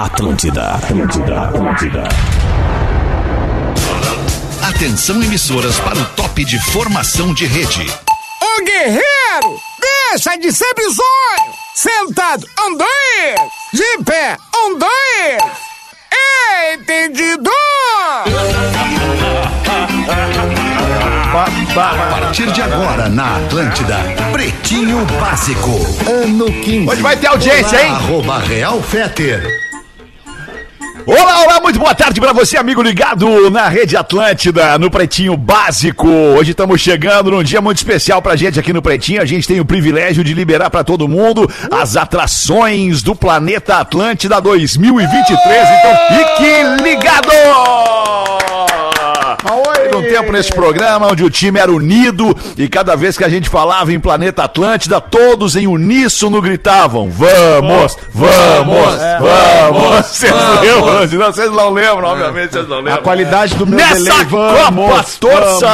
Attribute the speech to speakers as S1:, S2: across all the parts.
S1: Atlântida, Atlântida, Atlântida.
S2: Atenção emissoras para o top de formação de rede.
S3: Ô guerreiro, deixa de ser bizonho. Sentado, um, dois. De pé, um, dois. Entendido.
S2: A partir de agora na Atlântida, Pretinho Básico, ano 15.
S4: Hoje vai ter audiência,
S2: Olá,
S4: hein?
S2: Arroba Real Feter.
S4: Olá, olá, muito boa tarde pra você, amigo ligado na Rede Atlântida, no Pretinho Básico. Hoje estamos chegando num dia muito especial pra gente aqui no Pretinho. A gente tem o privilégio de liberar pra todo mundo as atrações do Planeta Atlântida 2023. Então fique ligado! Teve um tempo nesse programa onde o time era unido e cada vez que a gente falava em Planeta Atlântida, todos em uníssono gritavam: Vamos, vamos,
S5: É.
S4: vamos! Vocês lembram? Não, Vocês não lembram, obviamente, vocês não lembram.
S5: A qualidade do meu
S4: Nessa
S5: delay,
S4: Copa, torça!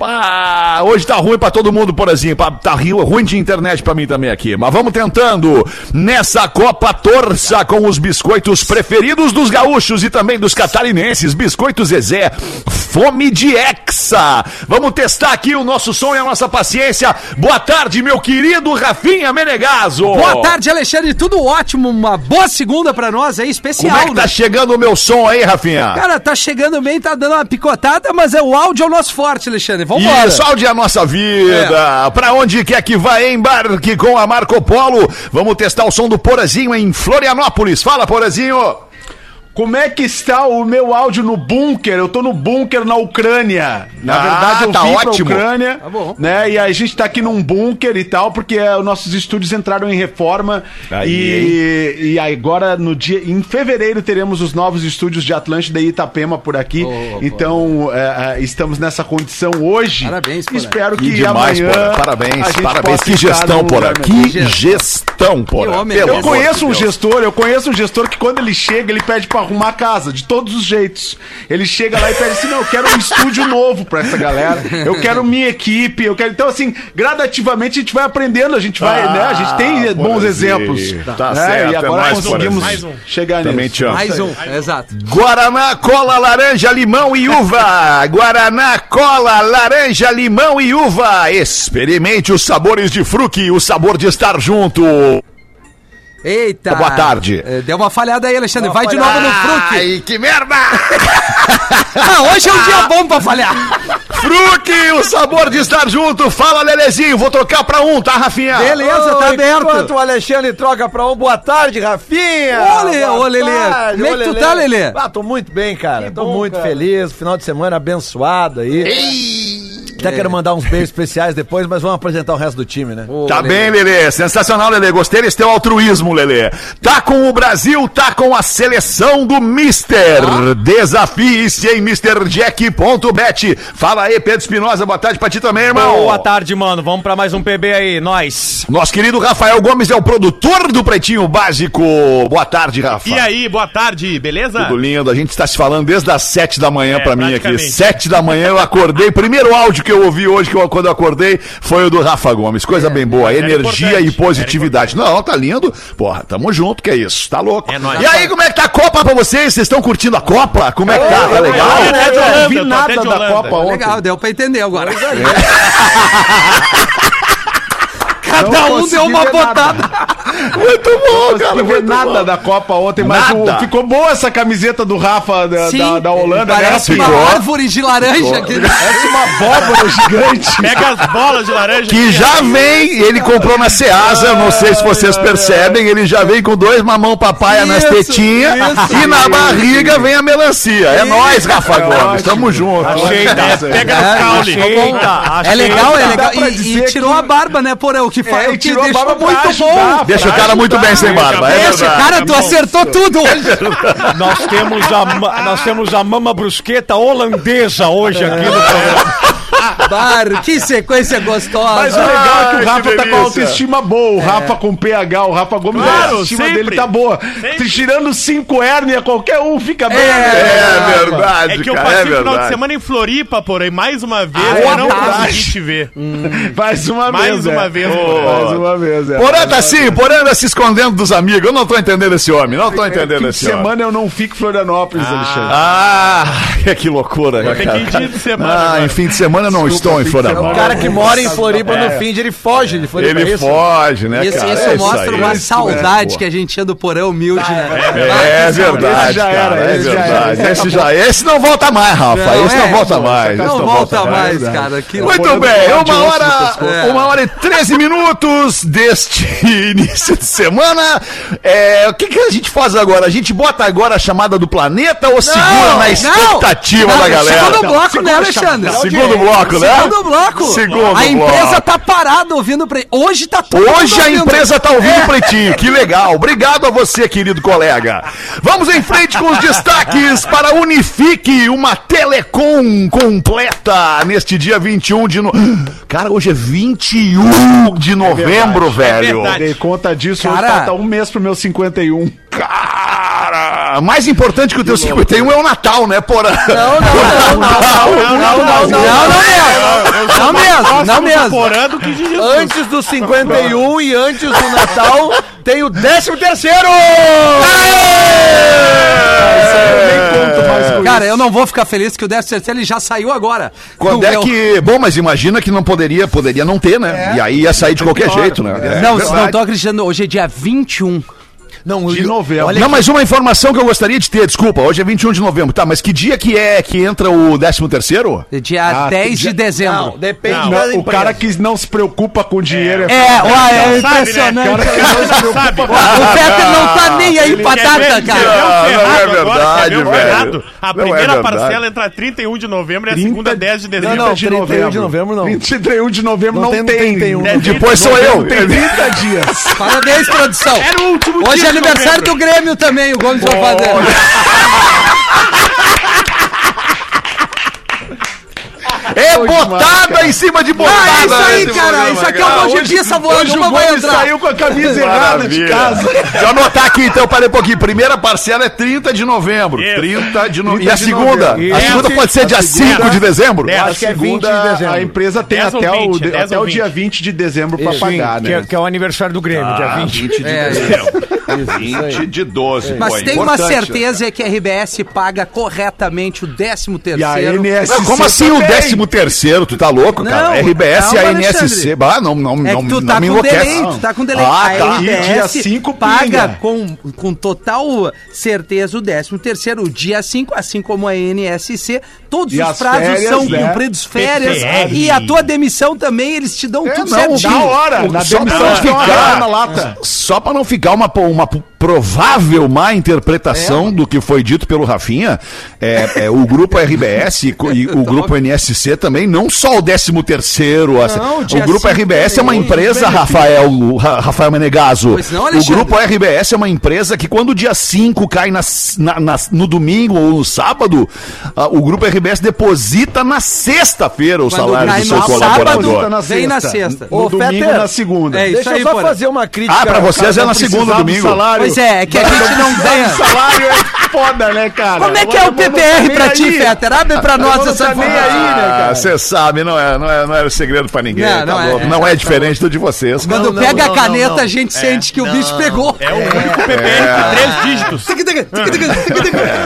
S4: Ah, hoje tá ruim pra todo mundo, por exemplo. Tá ri- ruim de internet pra mim também aqui. Mas vamos tentando. Nessa Copa, torça com os biscoitos preferidos dos gaúchos e também dos catarinenses. Biscoitos Zezé, fome de hexa. Vamos testar aqui o nosso som e a nossa paciência. Boa tarde, meu querido Rafinha Menegaso.
S6: Boa tarde, Alexandre. Tudo ótimo. Uma boa segunda pra nós aí, especial.
S4: Como é que
S6: né?
S4: tá chegando o meu som aí, Rafinha?
S6: Cara, tá chegando bem, tá dando uma picotada, mas é o áudio é o nosso forte, Alexandre. Vambora.
S4: Isso, áudio é a nossa
S5: É.
S4: vida. Pra onde quer que vá, embarque com a Marco Polo. Vamos testar o som do Porazinho em Florianópolis. Fala, Porazinho.
S5: Como é que está o meu áudio no bunker? Eu tô no bunker na Ucrânia. Na
S4: Ah,
S5: verdade, eu
S4: tá
S5: vim
S4: ótimo.
S5: pra Ucrânia,
S6: Tá bom.
S5: né? E a gente tá aqui num bunker e tal, porque eh, os nossos estúdios entraram em reforma
S4: Aí,
S5: e, e agora no dia em fevereiro teremos os novos estúdios de Atlântida e Itapema por aqui. então, eh, eh, estamos nessa condição hoje.
S6: Parabéns, Porã.
S5: Espero que,
S4: Que demais,
S5: amanhã
S4: Porã.
S5: a
S4: Parabéns,
S5: gente
S4: parabéns.
S5: possa
S4: Que
S5: estar
S4: gestão,
S5: num
S4: Porã.
S5: lugar melhor.
S4: Que gestão,
S6: Que
S4: Porã.
S6: homem,
S4: Pelo
S5: Eu
S6: Pelo
S4: amor de
S5: conheço um
S4: Deus.
S5: gestor, eu conheço um gestor que quando ele chega, ele pede pra arrumar a casa, de todos os jeitos. Ele chega lá e pede assim: não, eu quero um estúdio novo pra essa galera, eu quero minha equipe, eu quero. Então, assim, gradativamente a gente vai aprendendo, a gente vai,
S4: Ah,
S5: né? A gente tem bons
S4: Porazinho,
S5: exemplos.
S4: tá
S5: né?
S4: certo,
S5: E
S4: é
S5: agora
S4: nóis,
S5: conseguimos
S4: Porazinho.
S5: chegar
S4: Também
S5: nisso.
S4: te amo.
S6: Mais um, exato.
S4: Guaraná, cola, laranja, limão e uva. Guaraná, cola, laranja, limão e uva. Experimente os sabores de fruque, o sabor de estar junto.
S6: Eita.
S4: Boa tarde.
S6: Eh, Deu uma falhada aí, Alexandre. Vai de novo no Fruc.
S4: Ai, que merda!
S6: Ah, hoje é um dia bom pra falhar.
S4: Fruque, o sabor de estar junto. Fala, Lelezinho, vou trocar pra um, tá, Rafinha?
S6: Beleza, tá
S7: Enquanto
S6: aberto.
S7: o Alexandre troca pra um, boa tarde, Rafinha!
S6: Ô, Lê,
S7: Boa
S6: ô, Lelê.
S7: tarde,
S6: Como é
S7: ô,
S6: que tu tá, Lelê?
S7: Ah, tô muito bem, cara. tô muito feliz, final de semana abençoado aí. Até quero mandar uns beijos especiais depois, mas vamos apresentar o resto do time, né?
S4: Tá bem, Lelê. Sensacional, Lelê. Gostei desse teu altruísmo, Lelê. Tá com o Brasil, tá com a seleção do Mister. Desafie-se em MrJack.bet. Fala aí, Pedro Espinosa. Boa tarde pra ti também, irmão.
S8: Boa tarde, mano. Vamos pra mais um PB
S6: né?
S8: aí, nós.
S4: Nosso querido Rafael Gomes é o produtor do Pretinho Básico. Boa tarde, Rafa.
S8: E aí, boa tarde, beleza?
S4: Tudo lindo, a gente está se falando desde as sete da manhã
S8: É,
S4: pra mim aqui.
S8: praticamente.
S4: Sete da manhã eu acordei. Primeiro áudio que eu ouvi hoje, que eu, quando eu acordei, foi o do Rafa Gomes. Coisa bem boa, energia
S8: importante,
S4: e positividade. Não, tá lindo. Porra, tamo junto, que é isso. Tá louco.
S8: É nóis.
S4: E aí, como é que tá a Copa pra vocês? Vocês estão curtindo a Copa? Como é que tá? Tá legal?
S8: eu-
S5: Na verdade, Eu não vi
S8: Eu tô até
S5: nada
S8: de
S5: da
S8: Holanda. Tá
S5: Copa ontem.
S6: Tá Legal, deu pra entender agora.
S7: é.
S6: Cada um deu
S5: consegui
S6: uma
S5: ver nada.
S6: botada.
S4: Muito bom,
S5: Não consegui ver nada da Copa ontem, mas o-
S4: Nada.
S5: ficou boa essa camiseta do Rafa da, da, da Holanda, né?
S6: Parece uma
S4: Ficou.
S6: árvore de laranja aqui. né?
S5: Parece uma abóbora gigante.
S8: Pega as bolas de laranja.
S4: Que já vem, ele comprou na Ceasa, não sei se vocês percebem, ele já vem com dois mamão papaya nas
S6: Isso,
S4: tetinhas
S6: isso.
S4: e na barriga vem a melancia. É nóis, Rafa Gomes,
S5: ótimo.
S4: tamo junto.
S8: Achei, né? Pega no caule.
S6: É legal, é
S5: Dá
S6: legal.
S5: pra
S6: E- E,
S5: dizer
S6: tirou
S5: que-
S6: a barba, né, Porã? O que
S5: É,
S6: foi?
S5: e
S6: o que
S5: tirou a
S6: deixou
S5: barba pra
S6: muito
S5: ajudar,
S6: bom.
S4: Deixa o cara muito bem sem barba, é
S6: Deixa,
S4: verdade.
S6: cara, tu acertou tudo hoje.
S5: É.
S8: Nós temos a, ma- nós temos a mama brusqueta holandesa hoje aqui no programa.
S6: Bar, que sequência gostosa.
S5: Mas o legal é que o
S4: Ai,
S5: Rafa
S4: que
S5: tá com a
S4: delícia.
S5: autoestima boa. O
S6: É.
S5: Rafa com PH, o Rafa Gomes, a
S8: Claro,
S5: autoestima
S8: sempre.
S5: dele tá boa.
S8: Sempre.
S5: Tirando cinco hérnia, qualquer um fica bem. né?
S6: É,
S5: Rafa.
S4: verdade,
S8: É que eu
S4: cara,
S8: passei
S4: é
S8: o final de
S4: verdade.
S8: semana em Floripa, porém, mais uma vez,
S5: Ah, é
S8: eu não
S5: verdade.
S8: consegui te ver.
S4: Hum,
S5: Mais
S4: ah,
S5: uma
S8: Mais
S5: vez.
S8: uma
S5: é.
S8: vez,
S5: Mais uma vez, é.
S4: Porã tá sim, Porã anda se escondendo dos amigos. Eu não tô entendendo esse homem, não tô entendendo
S5: Fim de
S4: esse homem.
S5: semana eu não fico em Florianópolis, Alexandre.
S4: Ah, que loucura,
S8: Vai ter que ir dia de semana
S4: Ah,
S8: agora.
S4: em fim de semana eu não estou em
S7: O
S4: Florianópolis.
S7: cara que mora em Floripa no fim de ele foge de Floripa. é
S4: Ele
S7: isso?
S4: foge, né,
S6: Isso,
S4: cara?
S6: isso
S4: É
S6: mostra
S4: aí.
S6: uma
S4: Isso,
S6: saudade
S4: né,
S6: que a gente tinha do porão humilde,
S4: pô.
S6: né?
S4: É
S5: Esse
S4: verdade,
S5: já
S4: cara,
S5: era,
S4: é
S5: esse já era,
S4: verdade.
S5: esse
S4: Esse já, é, esse não volta mais, Rafa.
S6: Não,
S4: Esse
S6: é,
S4: não volta
S6: não,
S4: mais.
S6: Não,
S4: esse
S6: volta mais, cara. Que
S4: Muito
S6: loucura.
S4: bem, uma
S6: um osso no
S4: hora,
S6: pescoço.
S4: uma hora e 13 minutos deste início de semana. É, o que, que a gente faz agora? A gente bota agora a chamada do planeta ou segura na expectativa
S6: Não,
S4: da galera?
S6: Segundo bloco, né, Alexandre?
S4: Segundo bloco, né?
S6: Segundo bloco.
S4: Segundo
S6: a empresa
S4: bloco.
S6: tá parada ouvindo pra... Hoje tá todo
S4: Hoje
S6: mundo
S4: a
S6: ouvindo.
S4: empresa tá ouvindo o Pretinho, que legal. Obrigado a você, querido colega. Vamos em frente com os destaques para a Unifique, uma telecom completa neste dia 21 de novembro. Cara, hoje é 21 de novembro, velho.
S5: Eu dei conta disso,
S6: Cara.
S5: hoje tá, tá um mês pro meu 51.
S4: Cara, mais importante que o teu 51 é o Natal, né, porra?
S6: Não, não, não. Não, não,
S4: é.
S6: mesmo. Não mesmo, não mesmo.
S8: Porando que de Jesus.
S7: Antes do 51 e antes do Natal tem o 13 terceiro.
S6: Cara, eu não vou ficar feliz que o 13 terceiro ele já saiu agora.
S4: Quando
S6: Do
S4: é
S6: meu-
S4: que. Bom, mas imagina que não poderia, poderia não ter, né?
S5: É.
S4: E aí ia sair de qualquer jeito, né? É.
S6: Não, não tô acreditando. Hoje é dia 21.
S7: Não,
S5: De novembro.
S4: não, mas uma informação que eu gostaria de ter, desculpa, hoje é 21 de novembro, tá, mas que dia que é que entra o 13 terceiro?
S6: É Dia
S5: Ah,
S6: 10 de
S5: dia-
S6: dezembro.
S7: depende
S8: Não,
S5: o cara que não se preocupa com dinheiro é,
S6: É, ó, é
S8: sabe,
S6: impressionante.
S8: né, cara?
S5: foda. Não se preocupa
S8: Sabe?
S6: O Peter não tá nem aí pra
S8: Quer ver-
S6: data,
S8: quer ver
S6: cara.
S8: o
S4: Ah,
S8: Ferrado
S4: não é
S8: agora?
S4: verdade,
S8: Quer ver o
S4: velho.
S8: Ferrado? A
S4: Não é
S8: primeira
S4: verdade.
S8: parcela entra 31 de novembro e a
S5: 30
S8: segunda 10 de dezembro.
S5: é
S7: Não, não, 31 de novembro não.
S5: 31 de novembro não,
S7: Não tem-
S5: tem.
S7: não tem 31.
S5: É,
S4: Depois sou eu.
S5: Tem 30 dias.
S6: Parabéns, produção.
S8: Era o último dia
S6: Hoje é
S8: de
S6: aniversário
S8: novembro.
S6: do Grêmio também, o Gomes vai fazer.
S4: É botada em cima de botada.
S6: Ah, é isso aí,
S4: nesse
S6: cara.
S4: programa,
S6: Isso aqui é
S4: cara.
S6: uma justiça voando,
S5: Hoje
S6: uma
S5: o
S6: vai
S5: Gomes
S6: entrar.
S5: saiu com a camisa errada de casa.
S4: Deixa eu anotar aqui, então, parei um pouquinho. Primeira parcela é 30 de novembro.
S8: Isso.
S4: 30 de novembro. E
S5: 30
S4: a
S5: de
S4: segunda?
S5: novembro.
S4: A
S5: E
S4: segunda
S5: esse-
S4: pode ser
S5: a
S4: dia
S5: segunda-
S4: 5 de dezembro?
S8: É,
S5: Acho que é 20 de dezembro. A empresa tem
S8: 10 ou
S5: até,
S8: 20,
S5: o, de-
S8: 10
S5: até
S8: ou
S5: o dia 20 de dezembro pra pagar, né?
S9: Que é o aniversário do Grêmio, dia 20.
S4: 20 de
S6: É,
S4: dezembro. 20 de 12.
S6: Mas
S4: pô, é
S6: tem uma
S4: importante,
S6: certeza é que a RBS paga corretamente o 13 terceiro.
S5: E a NSC.
S4: Não, como assim o
S5: também?
S4: décimo terceiro? Tu tá louco, cara?
S6: Não,
S4: RBS e
S6: calma,
S4: a NSC.
S6: Alexandre.
S4: Bah, não, não,
S6: É
S4: não,
S6: que tu
S4: não
S6: tá
S4: me
S6: com
S4: enlouquece.
S6: delay, tu tá com delay.
S4: Ah, tá.
S6: A
S5: E
S6: RBS
S5: dia cinco pinga.
S6: paga com, com total certeza o 13 terceiro, o dia 5, assim como a NSC. Todos
S5: E as
S6: os prazos
S5: férias,
S6: são
S5: né?
S6: cumpridos, férias.
S8: PPR.
S6: E a tua demissão também, eles te dão
S5: É,
S6: tudo
S5: não,
S6: certinho.
S5: na hora.
S4: O-
S5: Na
S4: só pra
S5: demissão
S4: não
S5: tem uma
S4: ficar-
S5: hora na lata.
S4: Só pra não ficar uma, uma provável má
S6: É.
S4: interpretação do que foi dito pelo Rafinha, é, é, o grupo RBS e, co- e o grupo NSC também, não só o 13 terceiro, assim,
S6: dia
S4: o grupo
S6: cinco
S4: RBS é uma empresa, Rafael, o Ra- Rafael Menegaso.
S6: Pois não,
S4: o
S6: Alexandre?
S4: grupo RBS é uma empresa que quando o dia 5 cai na s- na- na- no domingo ou no sábado, ah, o grupo RBS deposita na sexta-feira o
S6: Quando
S4: salário
S6: cai
S4: do seu
S6: no sábado,
S4: colaborador.
S5: Tá na
S6: Vem na
S5: sexta.
S6: sexta.
S5: No
S7: Ô,
S5: domingo
S7: Fetter.
S5: na segunda.
S6: É isso
S7: Deixa eu
S6: aí,
S7: só
S6: Porã.
S7: fazer uma crítica.
S4: Ah, pra vocês é
S5: não
S4: na segunda,
S5: um precisava do
S4: domingo.
S5: tá salário.
S6: Pois é, é que a gente
S4: um
S6: não ganha.
S5: O salário é foda, né, cara?
S6: Como é que é o PPR pra ti,
S4: um
S6: Fetter? Abre pra nós
S5: não
S6: essa
S5: tá nem
S6: informação.
S5: aí, né, cara?
S4: Você Ah, sabe, não é, não, é, não é segredo pra ninguém.
S6: Não,
S4: Não, não,
S6: não
S4: é,
S6: é.
S4: não é diferente do de vocês.
S6: Quando
S7: não,
S6: pega
S7: não,
S6: a caneta,
S7: não, não.
S6: a gente sente que o bicho pegou.
S8: É o único PPR de um,
S4: É.
S8: três dígitos.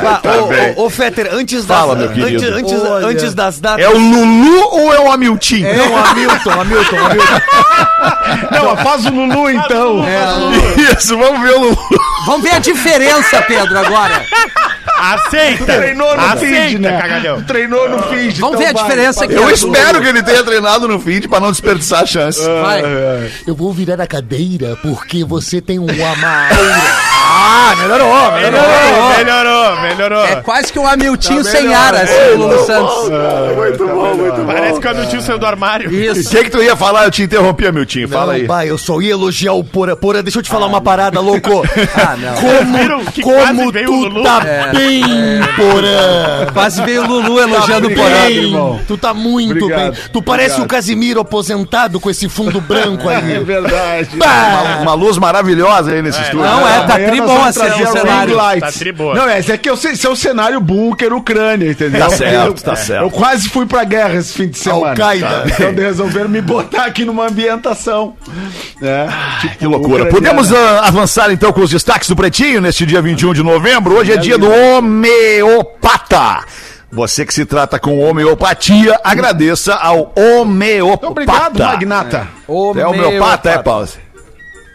S7: Ah,
S4: Tá
S7: ô,
S4: bem.
S7: ô, ô, Fetter, antes das,
S4: Fala, meu querido.
S7: antes, antes,
S6: Olha.
S7: antes das datas.
S4: É o Lulu ou é o Hamilton?
S7: Não, Hamilton, Hamilton, Hamilton.
S5: Não, faz o Lulu então.
S8: um,
S4: é Isso, vamos ver o Lulu.
S6: Vamos ver a diferença, Pedro, agora.
S8: Aceita.
S5: Treinou no feed,
S8: Aceita,
S5: né?
S8: cagalhão.
S5: Treinou no feed.
S6: Vamos
S5: então
S6: ver a
S5: vai.
S6: diferença que
S4: Eu
S6: é.
S4: espero que ele tenha treinado no feed pra não desperdiçar a chance.
S6: Vai.
S4: É.
S10: Eu vou virar a cadeira porque você tem um amar.
S8: Melhorou, melhorou, melhorou.
S6: É quase que um
S7: Tá
S6: Hamiltinho sem ar, assim, o Lulu Santos.
S4: muito bom, muito
S8: Parece que o Hamilton saiu do armário.
S4: O
S6: Isso.
S4: que, que tu ia falar? Eu te interrompi, Hamilton. Fala aí.
S7: Não, pai, eu só ia elogiar o Porã. Porã, deixa eu te falar uma parada, louco.
S6: Ah, não.
S8: viram que
S11: Como,
S8: quase
S11: como
S8: veio o É.
S11: tu
S8: Lulu?
S11: tá bem, Porã.
S6: Quase veio o
S7: Tá
S6: Lulu elogiando o Porã.
S11: Bem, tu tá muito
S5: Obrigado,
S11: bem. Tu parece o Casimiro aposentado com esse fundo branco
S5: É
S11: aí.
S5: verdade.
S11: Bah!
S4: Uma, uma luz maravilhosa aí nesse estúdio. né?
S6: Não, é, tá
S5: Amanhã
S6: tri
S5: nós
S6: bom
S5: vamos
S6: assim
S5: trazer
S6: o
S5: a ring
S6: cenário.
S5: light.
S8: Tá tri boa.
S5: Não, esse aqui é o, ce- esse é o cenário bunker Ucrânia, entendeu?
S4: Tá certo,
S5: Eu-
S4: tá certo.
S5: Eu quase fui pra guerra esse fim de semana.
S11: Al-Qaeda.
S5: Então resolveram me botar aqui numa ambientação. né? Tipo,
S4: Que loucura.
S5: ucraniana.
S4: Podemos ah, avançar então com os destaques do Pretinho neste dia 21 de novembro. Hoje é dia do homeopata. Você que se trata com homeopatia, agradeça ao homeopata.
S5: Obrigado, magnata.
S4: É homeopata, é, Pause?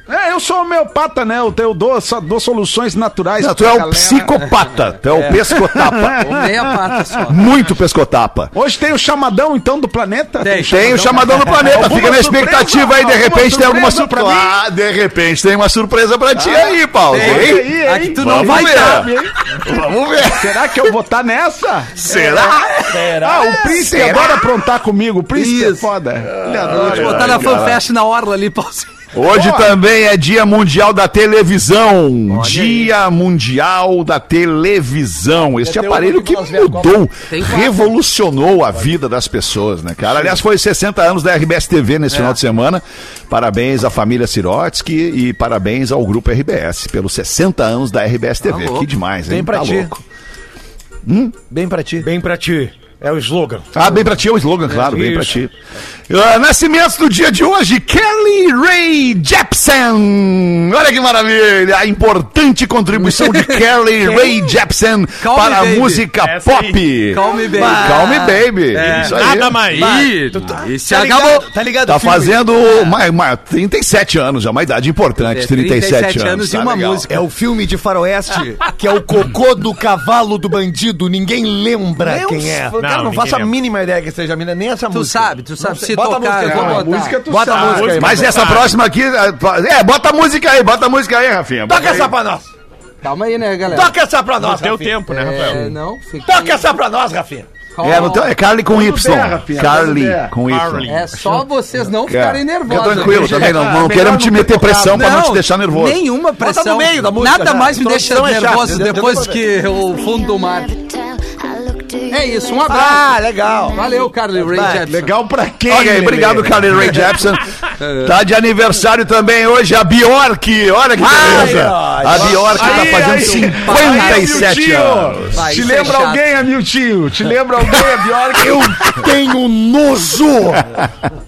S5: É, eu sou homeopata, né? Eu, tenho- eu dou, só dou soluções naturais.
S4: Não, tu
S5: pra
S4: é o
S5: galera.
S4: psicopata, tu é o pescotapa.
S6: Meia pata só.
S4: Muito pescotapa.
S5: Hoje tem o chamadão, então, do planeta?
S6: Tem.
S4: Tem o chamadão do planeta,
S5: Então, Alguma
S4: fica na
S5: surpresa?
S4: expectativa aí, de
S5: Alguma
S4: repente tem alguma
S5: surpresa pra
S4: surpresa.
S5: mim?
S4: Ah, de repente tem uma surpresa pra ti aí, Paulo.
S5: Olha
S4: hein?
S5: aí,
S6: Aqui
S5: hein?
S6: tu não
S4: Vamos
S6: vai
S4: ver.
S6: dar.
S4: Vamos ver.
S5: Será que eu vou estar nessa?
S4: Será?
S5: Ah, o príncipe
S4: Será?
S5: adora aprontar comigo. O príncipe é
S6: Isso.
S5: foda. Ele adora.
S6: Vou te botar na fanfest na orla ali, Paulinho.
S4: Hoje também é Dia Mundial da Televisão. Dia Mundial da Televisão. Este
S7: ter
S4: aparelho
S7: uma
S4: que
S7: que nós vemos
S4: mudou,
S6: Tem quatro.
S4: revolucionou a vida das pessoas, né, cara? Aliás, foi 60 anos da RBS TV
S5: É.
S4: nesse final de semana. Parabéns à família Sirotsky e parabéns ao grupo RBS pelos 60 anos da RBS TV. que demais, hein?
S7: Bem pra
S4: tá
S7: ti.
S4: louco.
S7: Bem pra ti.
S9: Bem pra ti. É o slogan.
S4: Ah, bem pra ti é o slogan, claro, bem pra ti. Ah, nascimento do dia de hoje, Kelly Ray Jepsen. Olha que maravilha, a importante contribuição de Kelly Ray Jepsen
S6: Calm
S4: para a
S6: Baby.
S4: música
S8: Essa aí.
S4: pop.
S6: Calm Baby.
S4: Calm
S6: Ah,
S4: Baby. Isso aí.
S8: Nada mais.
S6: Ih, e se
S7: Tá ligado-
S6: acabou.
S7: Tá ligado?
S4: Tá
S7: o filme?
S4: fazendo mais, mais 37 anos, é uma idade importante,
S6: É,
S4: 37,
S6: 37
S4: anos.
S6: anos e
S4: tá
S6: uma
S4: legal.
S6: música.
S11: É o filme de faroeste que é o cocô do cavalo do bandido. Ninguém lembra
S7: Deus,
S11: quem é.
S7: Cara, não,
S8: Não,
S7: faço a
S8: ninguém
S7: mínima ideia que seja a mina, nem essa
S6: Tu
S7: música.
S6: sabe, tu sabe. Se
S7: Bota a música,
S6: tocar, eu vou
S7: cara.
S6: botar.
S5: Música tu
S7: Bota a
S5: sabe.
S7: música aí.
S4: Mas essa próxima aqui, é, bota a música aí, bota a música aí, Rafinha.
S8: Tá
S7: Toca essa pra nós.
S6: Calma aí, né, galera?
S7: Toca essa pra
S8: Não
S7: nós,
S8: deu
S7: Rafinha.
S8: tempo, né,
S6: É,
S8: Rafael?
S6: não, fica aí.
S7: Toca essa pra nós, Rafinha.
S4: É, não tem- é Carly com Y.
S5: der, Rafinha,
S4: Carly
S5: quando der.
S4: com Y.
S8: Carly.
S6: É só vocês não ficarem nervosos.
S4: É. Fica tranquilo também, não, não
S5: Ah,
S4: queremos te
S5: melhor não ter
S4: meter pressão pra não te
S6: Não,
S4: deixar nervoso.
S6: Nenhuma pressão.
S7: no meio da música,
S6: Nada
S7: já.
S6: mais me deixa
S7: Introdução é chata,
S6: nervoso
S7: entendeu?
S6: depois
S7: Deu pra
S6: que o fundo do mar. É isso, um
S7: Ah,
S6: abraço.
S7: legal.
S6: Valeu, Carly Ray Jepsen.
S5: Legal pra quem?
S4: Olha aí, obrigado, Carly Ray Jepsen. Tá de aniversário também hoje a Bjork. Olha que beleza.
S7: ai,
S4: A Bjork tá
S5: Aí,
S4: fazendo
S5: aí,
S4: 57
S5: Miltinho.
S4: anos.
S6: Vai,
S5: Te
S6: isso é
S5: lembra
S6: chato.
S5: alguém, Amiltinho? Te lembra alguém, a Bjork? Eu
S11: Tenho nojo!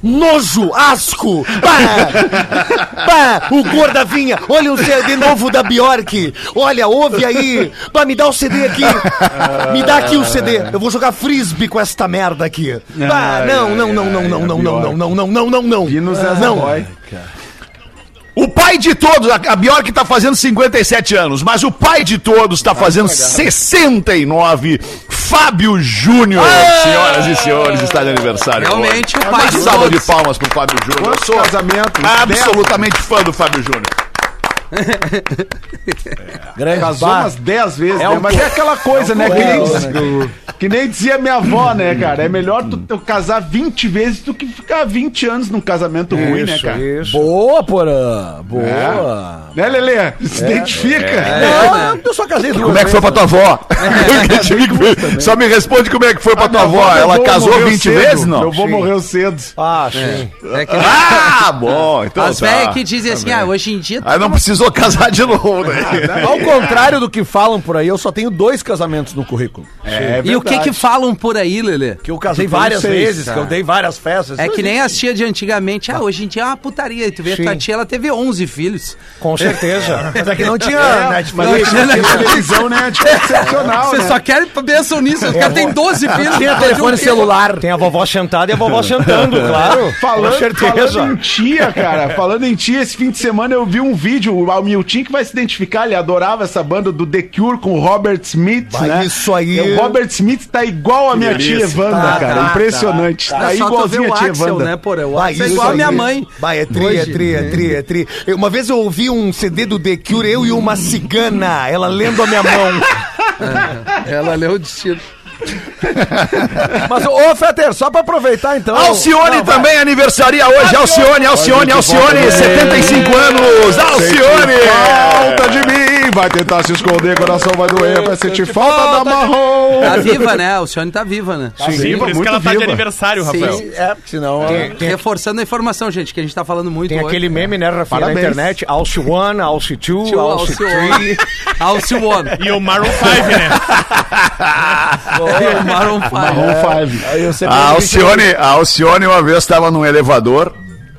S11: Nojo, asco! Pá! Pá! O gorda vinha! Olha o CD novo da Bjork! Olha, ouve aí! Pá, me dá o CD aqui! Me dá aqui o CD! Eu vou jogar frisbee com esta merda aqui! Pá! Não, não, não, não,
S4: é
S11: não, não, não, não, não, não, não, não, não! Não!
S4: O pai de todos, a- a Bjork tá fazendo 57 anos, mas o pai de todos tá fazendo 69. Fábio Júnior,
S5: Ah!
S4: senhoras e senhores, está de aniversário. hoje.
S6: Realmente, o
S4: É
S6: pai
S4: uma
S6: de
S4: salva
S6: todos.
S4: de palmas pro Fábio Júnior. Eu sou
S5: casamento.
S4: absolutamente fã do Fábio Júnior.
S7: Grande
S5: Casou
S7: bar.
S5: umas 10 vezes,
S7: É
S5: né?
S7: um
S5: Mas é aquela coisa, né? Que nem,
S7: cruel,
S5: que nem dizia minha avó, né, cara? É melhor tu, tu casar 20 vezes do que ficar 20 anos num casamento ruim, né, cara?
S7: Boa, Porã. Boa.
S5: Né, Lelê? Se identifica.
S7: Não, eu só casei duas
S4: Como é que foi pra
S7: vezes.
S4: tua avó?
S5: É.
S4: Eu te digo,
S5: né?
S4: Só me responde como é que foi pra tua avó. Ela casou 20 vezes, não?
S5: Eu vou morrer cedo.
S7: Ah, sim.
S6: É que-
S4: Ah, bom. Então
S6: As
S4: tá.
S6: velhas que dizem assim, ah, hoje em dia...
S4: Aí não precisou casar de novo, né?
S5: Ah, tá.
S7: Ao contrário do que falam por aí, eu só tenho dois casamentos no currículo.
S6: e o que que falam por aí, Lelê?
S7: Que eu casei várias
S5: seis,
S7: vezes,
S6: cara.
S7: que eu dei várias festas.
S6: É que nem as tias de antigamente. Ah, hoje em dia é uma putaria. E tu vê, a tua tia, ela teve 11 filhos.
S7: Com certeza. Mas é que não tinha
S5: Mas
S7: Netflix.
S5: hoje não tem televisão, né? Tipo, excepcional,
S6: Vocês
S5: né?
S6: só querem pensam nisso. Os caras têm 12 filhos. um
S7: Tinha telefone celular. Tem a vovó chantada e a vovó chantando,
S11: É.
S7: claro.
S5: Falando, falando em tia, cara, falando em tia, esse fim de semana eu vi um vídeo, o Miltinho que vai se identificar, ele adorava essa banda do The Cure com o Robert Smith,
S11: Bah,
S5: né?
S11: isso aí.
S5: O Robert Smith tá igual a minha tia Evanda,
S7: Tá,
S5: cara,
S7: tá,
S5: impressionante. Tá,
S6: Tá
S5: igualzinho
S6: o
S5: a tia Tá
S6: Axel,
S5: Evanda.
S6: né, porra? O
S11: Bah,
S6: Axel é
S11: isso
S6: igual a
S11: aí.
S6: minha mãe.
S11: Bah, é tri, é tri, é tri, é tri. Eu- Uma vez eu ouvi um CD do The Cure, eu e uma cigana, ela lendo a minha mão.
S6: Ela leu o destino.
S7: Mas, ô, Fetter, só pra aproveitar então.
S4: Alcione também aniversaria hoje. Alcione, Alcione, Alcione, 75 anos. Alcione! Falta de mim!
S5: vai tentar se esconder, coração vai doer, vai sentir falta da marrom.
S6: Tá viva, né? O Sione tá viva, né?
S8: Sim, por isso que ela tá de aniversário, Rafael.
S7: É, porque senão.
S9: Tem, tem-
S6: Reforçando a informação, gente, que a gente tá falando muito
S9: tem
S6: hoje.
S9: aquele meme, né, Rafael, na
S5: Parabéns.
S9: internet. Alce 1, Alce 2,
S6: Tio
S9: Alce
S6: Alcione.
S9: 3.
S6: Alcione.
S8: E o Maroon 5, né?
S6: E o Maroon five.
S5: Marrom 5.
S7: Aí você
S4: A
S7: pega-
S4: Alcione, a Alcione uma vez estava num elevador.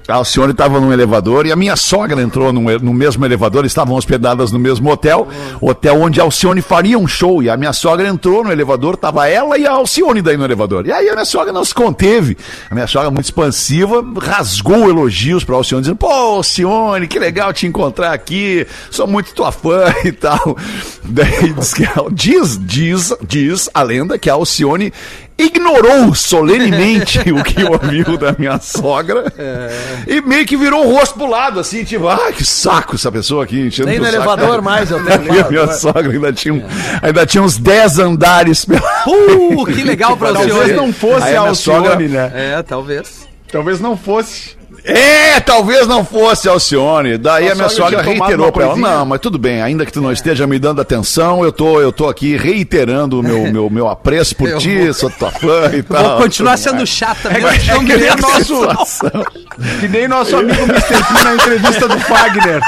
S4: A Alcione estava num elevador e a minha sogra entrou num e- no mesmo elevador, estavam hospedadas no mesmo hotel, hotel onde a Alcione faria um show. E a minha sogra entrou no elevador, tava ela e a Alcione daí no elevador. E aí a minha sogra não se conteve. A minha sogra, muito expansiva, rasgou elogios pra Alcione, dizendo: Pô, Alcione, que legal te encontrar aqui, sou muito tua fã e tal. Daí diz, que a- diz, diz, diz a lenda que a Alcione ignorou solenemente o que ouviu da minha sogra e meio que virou o rosto pro lado, assim, tipo, ah, que saco essa pessoa aqui enchendo
S7: Nem
S4: meu
S7: no
S4: saco."
S7: elevador mais, eu
S6: tá
S7: tenho
S4: E a minha sogra ainda tinha, um- ainda tinha uns 10 andares pela.
S6: Uh, que legal pra
S5: Talvez
S6: Alcione.
S5: não fosse
S4: Aí a
S5: a
S4: minha sogra-
S5: Alcione, né?
S6: É, talvez.
S5: Talvez não fosse.
S4: É, talvez não fosse Alcione. Daí
S5: Sua
S4: a minha
S5: sogra
S4: sogra
S5: tinha tomado
S4: reiterou
S5: uma
S4: pra ela:
S5: coisinha?
S4: Não, mas tudo bem, ainda que tu não esteja me dando atenção, eu tô, eu tô aqui reiterando o meu, meu, meu apreço por
S6: Eu
S4: ti,
S6: vou-
S4: sou tua fã e tal.
S6: Vou continuar
S4: tudo mais.
S6: sendo chata mesmo.
S5: que-
S6: não
S5: Ah, é que nem
S6: quero
S5: nosso-
S6: sensação.
S5: Que nem nosso amigo Mr. P na entrevista do Fagner.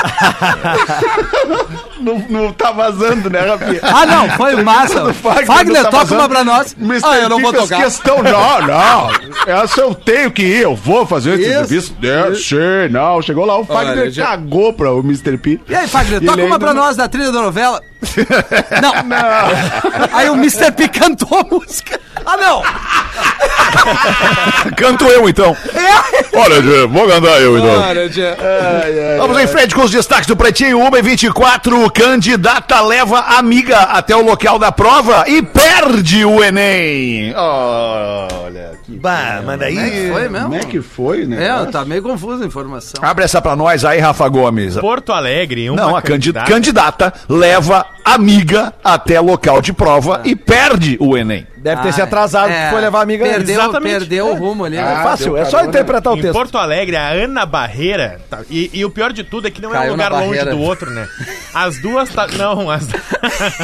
S5: não, não tá vazando, né, Rafinha?
S6: Ah, não, foi massa.
S5: Do Fagner,
S6: Fagner,
S5: tá
S6: toca
S5: vazando.
S6: uma pra nós.
S5: Mr.
S6: Ah, eu não
S5: P
S6: vou
S5: fez
S6: tocar.
S5: questão, não, não. Essa eu tenho que ir, eu vou fazer essa
S6: Isso.
S5: entrevista. É, sim, não. Chegou lá, o Fagner
S6: Olha, já-
S5: cagou pra o Mr. P.
S6: E aí, Fagner,
S5: E
S6: toca
S5: ele
S6: uma
S5: ainda
S6: pra
S5: não-
S6: nós da trilha da novela. Não. Aí o Mr. P cantou a música. Ah, não.
S4: Canto eu então. Olha, Gê, vou cantar eu então. Vamos em frente com os destaques do Pretinho 1 e 24. Candidata leva amiga até o local da prova e perde o Enem. Olha aqui.
S11: Bah, manda aí.
S6: Foi mesmo?
S5: Como é que foi, né?
S6: É, tá meio confusa a informação.
S4: Abre essa pra nós aí, Rafa Gomes.
S8: Porto Alegre, uma
S4: Não, a candi- candidata. leva amiga até local de prova e perde o Enem.
S7: Deve ter se atrasado,
S6: É,
S7: foi levar a amiga.
S6: Perdeu,
S8: Exatamente.
S6: perdeu o rumo ali.
S7: É fácil, é só interpretar o
S8: Em
S7: texto.
S8: Porto Alegre, a Ana Barreira. tá, e, e o pior de tudo é que não é
S6: Caiu
S8: um lugar
S6: na
S8: longe
S6: barreira.
S8: do outro, né? As duas. ta- Não, as.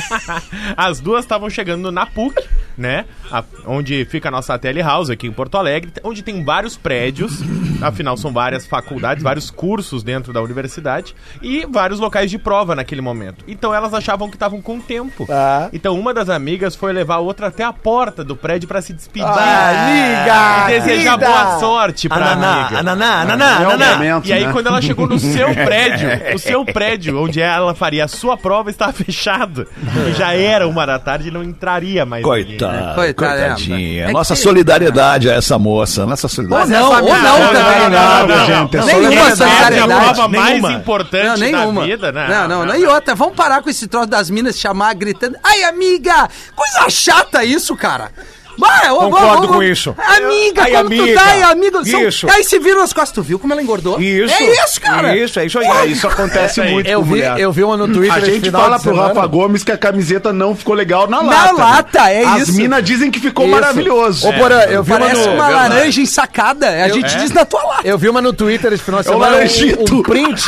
S8: as duas estavam chegando na PUC, né? A- onde fica a nossa telehouse aqui em Porto Alegre, onde tem vários prédios. Afinal, são várias faculdades, vários cursos dentro da universidade. E vários locais de prova naquele momento. Então elas achavam que estavam com tempo.
S7: Tá.
S8: Então uma das amigas foi levar a outra até a porta do prédio pra se despedir.
S7: Ah,
S8: e desejar
S7: querida!
S8: boa sorte pra
S11: Ananá,
S8: amiga.
S11: ananá, ananá,
S5: É o
S11: ananá.
S5: momento,
S8: E aí,
S5: né?
S8: quando ela chegou no seu prédio, o seu prédio, onde ela faria a sua prova, estava fechado. E já era uma da tarde e não entraria mais. ninguém.
S4: Coitada,
S6: Coitada, é.
S4: coitadinha.
S6: É que né?
S4: Nossa
S6: se-
S4: solidariedade a essa moça, nossa
S6: Ou
S4: solidariedade.
S6: não, ou
S8: Não,
S6: não
S8: não, não,
S6: também.
S8: não, não,
S5: gente, é
S8: não.
S5: só
S6: Nenhuma
S8: Essa é a
S6: solidariedade.
S8: prova mais
S9: Nenhuma.
S8: importante
S6: Não, nenhuma.
S8: da vida, né?
S6: Não, não, não. E outra, vamos parar com esse troço das minas chamar gritando. Ai, amiga! Coisa chata isso, cara! Vai, ô,
S9: Concordo
S6: vamos, vamos.
S9: com isso.
S6: Amiga,
S9: Ai,
S6: como tu
S9: amiga.
S6: tá, ai, amiga? São-
S9: Isso.
S6: Aí se viram as costas, tu viu como ela engordou?
S9: Isso.
S6: É isso, cara!
S9: Isso, é isso aí.
S5: Ah, isso acontece
S8: É, é,
S5: muito
S7: Eu
S5: com
S7: vi,
S5: mulher.
S7: eu vi uma no Twitter.
S5: A
S7: esse
S5: gente
S7: final
S5: fala
S7: de
S5: pro
S7: semana.
S5: Rafa Gomes que a camiseta não ficou legal na lata. né?
S6: Na lata, é
S5: As
S6: isso.
S5: minas dizem que ficou
S7: Isso.
S5: maravilhoso. É.
S7: Ô, Porã, eu vi uma
S6: Parece
S7: no.
S6: uma laranja ensacada. A gente diz na tua lata.
S7: Eu vi uma no Twitter esse final de semana.
S5: laranjito.
S7: um, um print.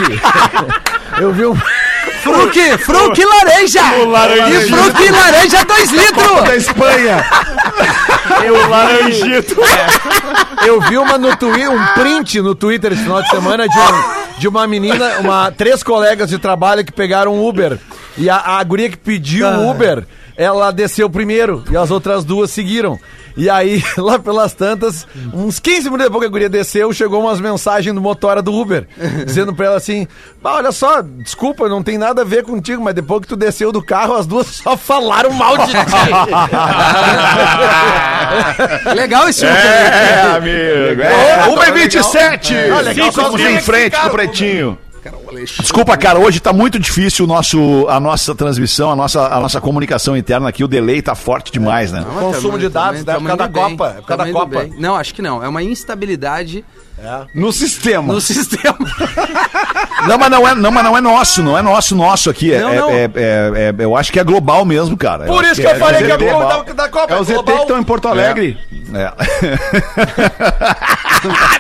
S7: eu vi um.
S6: Fruque, fruque laranja!
S5: laranja.
S6: E fruque laranja 2 litros!
S5: Da Espanha.
S7: Eu laranjito. Eu vi uma no Twitter, um print no Twitter esse final de semana de, um- de uma menina, uma, três colegas de trabalho que pegaram um Uber. E a, a guria que pediu o Uber, ela desceu primeiro e as outras duas seguiram. E aí, lá pelas tantas, uns 15 minutos depois que a guria desceu, chegou umas mensagens do motora do Uber, dizendo pra ela assim: "Bah, olha só, desculpa, não tem nada a ver contigo, mas depois que tu desceu do carro, as duas só falaram mal de
S6: Legal esse
S4: É, amigo.
S6: tá
S4: É, 1 e 27.
S8: legal.
S4: Vamos
S8: Sim,
S4: em frente com o Pretinho. Desculpa, cara, hoje tá muito difícil o nosso, a nossa transmissão, a nossa, a nossa comunicação interna aqui. O delay tá forte demais, né?
S6: Não, tá,
S7: Consumo
S6: tamo-
S7: de dados,
S6: tamo- tamo
S7: né? Por causa da
S6: indo
S7: Copa,
S6: bem,
S7: é por causa
S6: tamo
S7: da
S6: indo
S7: Copa.
S6: bem. Não, acho que não. É uma instabilidade
S5: No sistema.
S6: no sistema.
S4: Não, mas não é, não, mas não é nosso, não é nosso, nosso aqui. É,
S6: Não, não.
S4: é- é- é- eu acho que é global mesmo, cara.
S7: Por
S4: acho é
S7: isso que eu falei que a
S4: global.
S7: Copa da, da Copa
S5: É os ET que estão em Porto Alegre.
S4: É.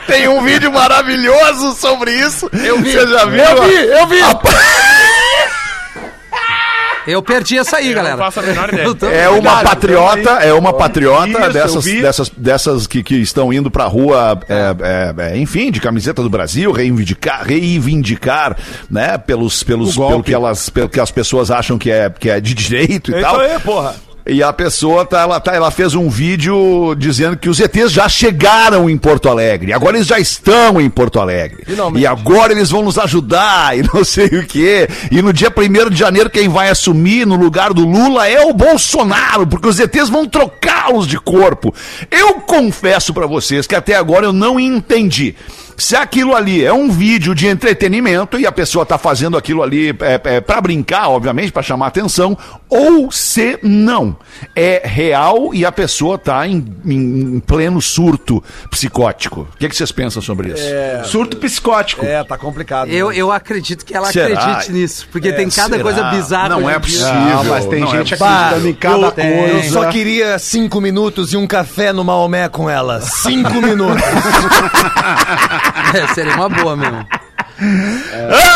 S4: Tem um vídeo maravilhoso sobre isso. Eu vi. Você já viu?
S7: Eu vi, eu vi!
S4: A-
S6: Eu perdi essa aí, galera.
S8: faço a menor ideia.
S6: Eu tô-
S4: É uma
S5: Cara,
S4: patriota,
S5: então aí-
S4: é uma patriota
S5: Isso, eu
S4: dessas,
S5: vi.
S4: dessas, dessas que, que estão indo pra rua, é, é, é, enfim, de camiseta do Brasil, reivindicar, reivindicar, né, pelos, pelos, pelo que elas, pelo que as pessoas acham que é, que é de direito e tal.
S7: porra.
S4: E a pessoa tá, ela tá, ela fez um vídeo dizendo que os ETs já chegaram em Porto Alegre. Agora eles já estão em Porto Alegre.
S7: Finalmente.
S4: E agora eles vão nos ajudar e não sei o quê. E no dia 1 de janeiro quem vai assumir no lugar do Lula é o Bolsonaro, porque os ETs vão trocá-los de corpo. Eu confesso pra vocês que até agora eu não entendi. Se aquilo ali é um vídeo de entretenimento e a pessoa tá fazendo aquilo ali é, é, para brincar, obviamente, pra chamar atenção, ou se não é real e a pessoa tá em, em pleno surto psicótico. O que, que vocês pensam sobre isso?
S5: Surto psicótico.
S7: É, tá complicado.
S6: Eu, eu acredito que ela
S4: Será?
S6: acredite nisso, porque
S4: É,
S6: tem cada
S4: será?
S6: coisa bizarra.
S4: Não
S6: hoje
S4: é
S6: em dia.
S4: possível.
S5: Ah, mas tem
S4: Não é
S5: gente
S4: possível.
S5: acreditando em cada
S6: tem.
S5: coisa.
S6: Eu
S7: Só queria cinco minutos e um café no Maomé com ela. Cinco minutos.
S6: É, seria uma boa mesmo.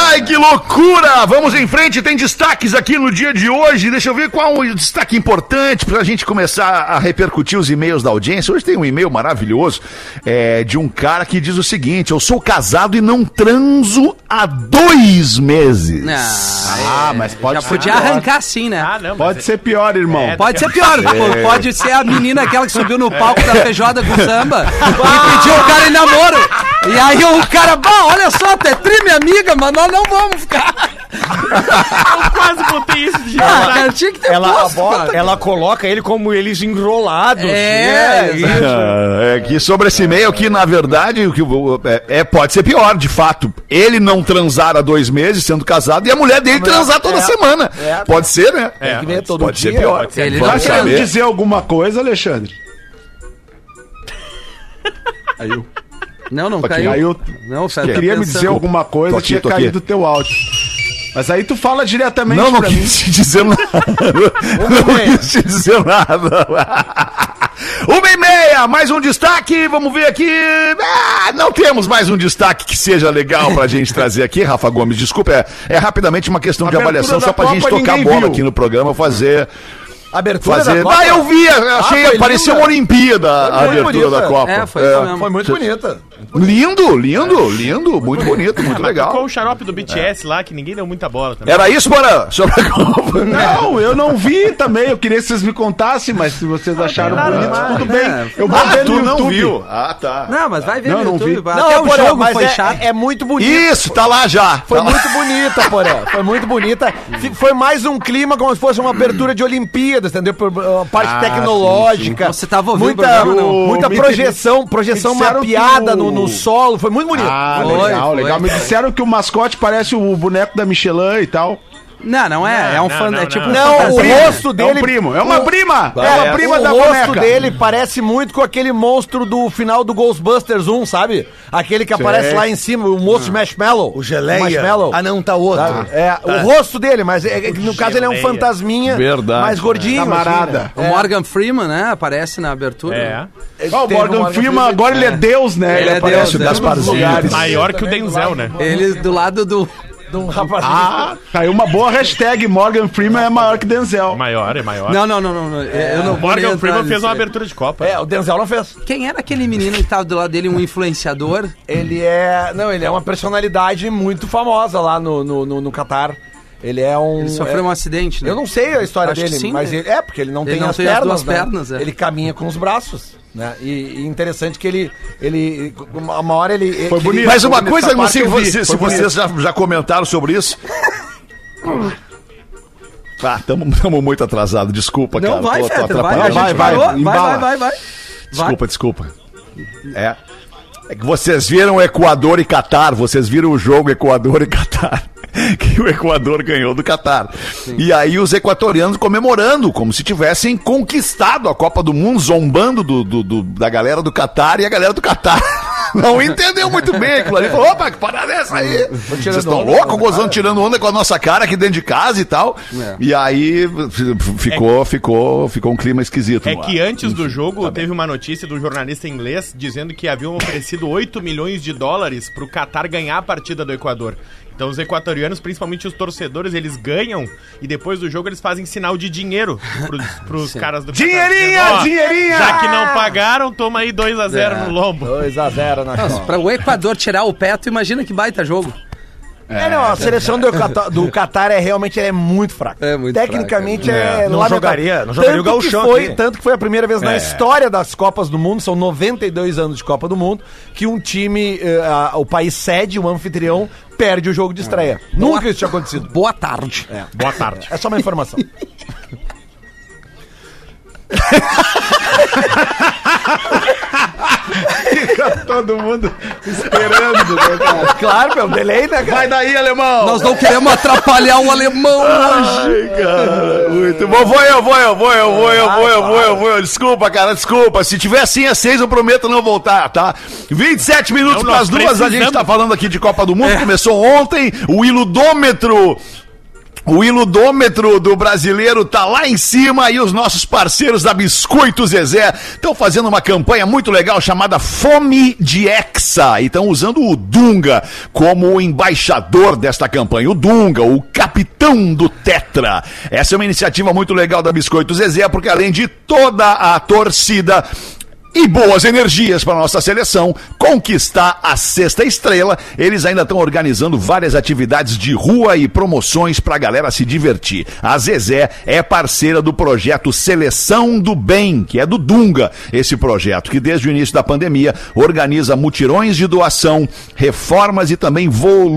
S4: Ai, que loucura! Vamos em frente, tem destaques aqui no dia de hoje. Deixa eu ver qual o destaque importante pra gente começar a repercutir os e-mails da audiência. Hoje tem um e-mail maravilhoso é, de um cara que diz o seguinte: Eu sou casado e não transo há dois meses.
S5: Ah, mas pode
S6: já
S5: ser
S6: podia
S5: pior.
S6: arrancar sim, né?
S8: Ah, não.
S5: Pode
S8: mas
S5: ser pior, irmão.
S8: É,
S6: Pode ser pior, pô. pode ser a menina aquela que subiu no palco da feijoada com samba e pediu o cara em namoro. E aí o cara, bah, olha só, tu é tri minha amiga, mas nós não vamos ficar.
S8: Eu quase botei isso de
S6: Ah,
S8: verdade.
S6: cara, tinha que ter
S9: Ela,
S6: posto, cara.
S9: ela coloca ele como eles enrolados.
S6: É,
S9: né?
S6: exato.
S4: Ah, é que sobre esse e-mail que na verdade o que o- é, é- pode ser pior de fato ele não transar há dois meses sendo casado e a mulher dele transar
S7: é,
S4: toda semana pode ser né
S8: É,
S7: ver todo
S4: pode ser
S7: dia.
S4: pior
S8: Pode ser.
S6: Ele
S4: Vamos
S6: não
S5: Tá querendo
S4: saber.
S5: dizer alguma coisa, Alexandre? Caiu.
S6: Não, não caiu.
S5: Caiu.
S6: Não, você tá
S5: assim, Queria me
S6: pensando.
S5: dizer alguma coisa,
S4: Tô aqui,
S5: tinha
S4: tô aqui.
S5: caído o teu áudio. Mas aí tu fala diretamente
S4: Não, não
S5: pra mim.
S4: quis te dizer nada. não quis te dizer nada. Uma e meia, mais um destaque, vamos ver aqui. Ah, não temos mais um destaque que seja legal pra gente trazer aqui, Rafa Gomes. Desculpa, é, é rapidamente uma questão de
S5: Abertura
S4: avaliação,
S5: da
S4: só pra gente
S5: Copa,
S4: tocar a
S5: ninguém
S4: bola
S5: viu.
S4: aqui no programa, fazer.
S7: Abertura
S4: fazer...
S7: da Copa.
S4: Ah, eu vi, eu
S7: foi
S4: achei,
S7: linda.
S4: parecia uma Olimpíada a
S7: Foi muito
S4: abertura
S7: bonita.
S4: da Copa.
S6: É, foi isso mesmo.
S7: Foi muito bonita.
S4: Lindo, lindo, lindo, muito bonito, muito
S8: Tocou
S4: legal.
S8: o xarope do BTS lá, que ninguém deu muita bola também.
S4: Era isso, Moran? Sobre a Copa.
S5: Não, eu não vi também. Eu queria que vocês me contassem, mas se vocês acharam bonito, tudo bem.
S6: É,
S5: Eu vou ver no
S4: Ah, não
S5: YouTube.
S4: viu. Ah, tá.
S6: Não, mas vai ver
S5: Não,
S6: no
S5: não
S6: YouTube.
S5: vi.
S6: Até o
S7: Porã,
S6: jogo
S7: mas
S6: foi
S7: é,
S6: chato.
S7: É, muito bonito.
S4: Isso, tá lá já.
S7: Foi
S4: Tá lá.
S7: muito bonita, Poré. Foi muito bonita. Fi- Foi mais um clima como se fosse uma abertura de Olimpíadas, entendeu? Por- uh, Parte tecnológica.
S6: Você tava ouvindo o
S7: muita,
S6: programa, não?
S7: muita
S5: Me-
S7: projeção, projeção
S5: me disseram
S7: mapeada
S5: que o-
S7: no, no solo. Foi muito bonito.
S5: Ah,
S6: Foi,
S5: legal,
S6: foi.
S5: legal. Me disseram que o mascote parece o boneco da Michelin e tal.
S6: Não, não é. é um
S8: Não,
S6: fã.
S8: não,
S6: é
S8: não,
S6: tipo um
S7: Não,
S6: fantasminha.
S7: o rosto dele.
S5: É um primo, é uma
S7: o-
S5: prima! É,
S7: É,
S5: uma prima
S7: o
S5: da
S7: rosto
S5: boneca.
S7: dele parece muito com aquele monstro do final do Ghostbusters 1, sabe? Aquele que aparece lá em cima, o
S5: Ah.
S7: monstro marshmallow. O
S11: geleia.
S7: marshmallow.
S11: Ah, não, tá outro. Ah.
S7: Sabe? É, o rosto dele, mas é- é que no caso ele é um
S8: Geleia.
S7: fantasminha
S4: Verdade.
S7: mais gordinho.
S5: Camarada.
S7: assim,
S6: O Morgan Freeman, né? Aparece na abertura.
S8: É.
S5: Ó, o
S7: Teve
S5: Morgan
S7: um Morgan
S5: Freeman
S7: Freeman.
S5: agora ele é Deus, né?
S6: Ele é
S5: aparece
S6: Deus,
S5: em todos
S6: é.
S5: os lugares.
S8: Maior que o Denzel, né?
S7: É.
S6: Ele do lado do.
S7: né? De um rapazinho.
S5: Ah, caiu uma boa hashtag. Morgan Freeman é maior que Denzel.
S8: Maior, é maior.
S6: Não, não, não, não. não. Eu não
S8: O
S6: vou
S8: Morgan
S6: nem entrar
S8: Freeman fez
S6: nisso
S8: uma
S6: aí.
S8: abertura de Copa.
S7: É, o Denzel não fez.
S6: Quem era aquele menino que tava do lado dele, um influenciador?
S7: Ele é. Não, ele é uma personalidade muito famosa lá no, no, no, no Catar. Ele é um.
S6: Ele sofreu
S7: é-
S6: um acidente, né?
S7: Eu não sei a história
S6: Acho que
S7: dele,
S6: sim,
S7: mas
S6: né?
S7: ele é porque ele não
S6: Ele
S7: tem
S6: não
S7: as
S6: tem as
S7: pernas,
S6: duas
S7: né?
S6: pernas, é.
S7: Ele caminha com os braços, né? E, e interessante que ele ele uma hora ele
S5: Foi
S7: ele-
S5: bonito.
S4: Mas uma
S5: Essa
S4: coisa, não
S5: parte
S4: sei
S5: eu vi,
S4: você- se
S5: foi
S4: vocês já, já comentaram sobre isso. Ah, estamos muito atrasados, desculpa,
S6: Não,
S4: cara.
S6: Então vai,
S4: tô- tô
S6: Fetter, vai.
S4: atrapalhando.
S6: a gente
S5: vai,
S6: parou. vai,
S5: embala.
S6: vai, vai, vai.
S4: Desculpa, desculpa. É. É que vocês viram Equador e Catar, vocês viram o jogo Equador e Catar, que o Equador ganhou do Catar. E aí os equatorianos comemorando, como se tivessem conquistado a Copa do Mundo, zombando do, do- do- da galera do Catar e a galera do Catar. Não entendeu muito bem aquilo ali. Falou, opa, que parada é essa aí? Vocês estão loucos, gozando, tirando onda com a nossa cara aqui dentro de casa e tal. E aí f- f- ficou, ficou, ficou um clima esquisito.
S8: É
S4: no
S8: que
S4: ar.
S8: antes do jogo
S6: tá
S8: teve uma notícia de um jornalista inglês dizendo que haviam oferecido 8 milhões de dólares pro Qatar ganhar a partida do Equador. Então os equatorianos, principalmente os torcedores, eles ganham e depois do jogo eles fazem sinal de dinheiro pros, pros caras do Qatar,
S5: Dinheirinha,
S8: dizendo, "Ó,
S5: dinheirinha!"
S8: Já que não pagaram, toma aí 2x0
S6: É.
S8: no lombo.
S7: 2x0
S12: né?
S7: na
S6: Nossa, pra o Equador tirar o pé, tu imagina que baita jogo.
S12: É, não, a seleção do Qatar, do Qatar é realmente ela é muito fraca.
S6: É muito
S12: Tecnicamente
S6: fraca,
S12: é,
S6: né?
S12: lamentável.
S9: Não jogaria- não jogaria o
S12: tanto que
S9: gauchão
S12: foi,
S9: aqui.
S12: Tanto que foi a primeira vez
S6: É.
S12: na história das Copas do Mundo, são 92 anos de Copa do Mundo, que um time, eh, a- o país sede, o anfitrião, perde o jogo de estreia.
S6: É.
S12: Nunca isso tinha acontecido.
S6: Boa tarde.
S8: Boa tarde.
S12: É só uma informação.
S5: Todo mundo esperando. né, cara?
S12: É, claro, meu, delay, né, cara?
S5: Vai daí, alemão!
S6: Nós não queremos atrapalhar o alemão hoje.
S4: Muito bom. Vou eu, vou eu, vou eu, vou eu, vou eu, vou eu, vou eu. Desculpa, cara, desculpa. Se tiver assim às seis, eu prometo não voltar, tá? 27 minutos
S8: Não,
S4: para
S8: nós
S4: as duas. A gente
S8: precisamos. É.
S4: tá falando aqui de Copa do Mundo. Começou ontem o iludômetro. O iludômetro do brasileiro tá lá em cima e os nossos parceiros da Biscoito Zezé estão fazendo uma campanha muito legal chamada Fome de Hexa e estão usando o Dunga como o embaixador desta campanha. O Dunga, o capitão do Tetra. Essa é uma iniciativa muito legal da Biscoito Zezé porque além de toda a torcida e boas energias para nossa seleção conquistar a sexta estrela. Eles ainda estão organizando várias atividades de rua e promoções para a galera se divertir. A Zezé é parceira do projeto Seleção do Bem, que é do Dunga, esse projeto que desde o início da pandemia organiza mutirões de doação, reformas e também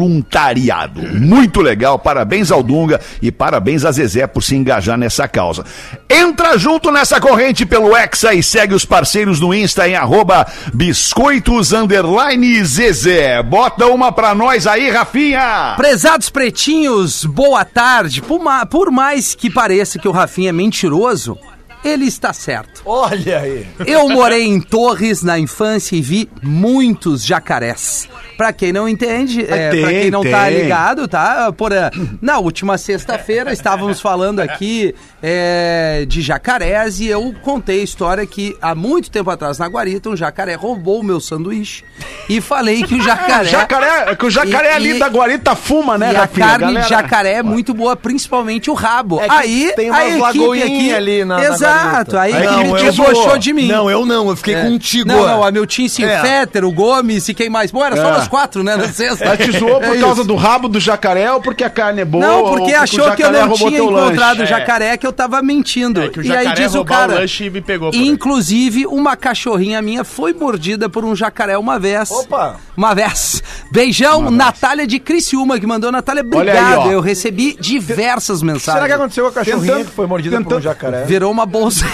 S4: voluntariado. Muito legal, parabéns ao Dunga e parabéns a Zezé por se engajar nessa causa. Entra junto nessa corrente pelo Hexa e segue os parceiros no Insta em arroba biscoitos underline Zezé. Bota uma pra nós aí, Rafinha!
S6: Prezados pretinhos, boa tarde. Por, ma- por mais que pareça que o Rafinha é mentiroso, ele está certo.
S12: Olha aí.
S6: Eu morei em Torres na infância e vi muitos jacarés. Pra quem não entende, é, pra quem não tá ligado, tá? Porã, na última sexta-feira estávamos falando aqui é, de jacarés e eu contei a história que há muito tempo atrás na Guarita um jacaré roubou o meu sanduíche e falei que o jacaré.
S5: Jacaré, é que o jacaré
S6: E-
S5: ali
S6: e-
S5: da guarita fuma, né,
S6: e a
S5: Rafinha?
S6: carne
S5: Galera-
S6: de jacaré é muito boa, principalmente o rabo.
S12: É que
S6: aí
S12: tem
S6: a
S12: umas
S6: equipe
S12: lagoinha
S6: aqui
S12: ali na- na
S6: Exato,
S12: guarita.
S6: aí
S11: Não,
S6: ele
S11: eu
S6: debochou
S11: sou.
S6: de mim.
S5: é
S6: É.
S11: Não, eu não, eu fiquei contigo.
S6: Não,
S11: ó.
S6: não, a Miltinci,
S11: É.
S6: o Féter, o Gomes e quem mais? Bom, era só nas quatro, né? Na sexta.
S5: Mas te zoou por
S6: É
S5: causa
S6: isso.
S5: do rabo do jacaré ou porque a carne é boa?
S6: Não,
S5: ou
S6: porque
S5: o
S6: achou que eu
S5: jacaré
S6: não
S5: roubou
S6: tinha
S5: teu
S6: encontrado o
S5: lanche? É.
S6: jacaré, que eu tava mentindo.
S8: É que o
S6: e aí
S8: jacaré
S6: diz o
S8: roubou o
S6: cara.
S8: lanche e me pegou por aí.
S6: inclusive, uma cachorrinha minha foi mordida por um jacaré uma vez.
S12: Opa!
S6: Uma vez. Beijão, Natália de Criciúma, que mandou. Natália,
S5: aí,
S6: obrigado.
S5: ó.
S6: eu recebi diversas mensagens.
S12: Será que aconteceu com a cachorrinha
S5: Tá Tentando-
S12: que foi mordida por um
S5: tentando-
S12: jacaré?
S6: Virou uma bolsa.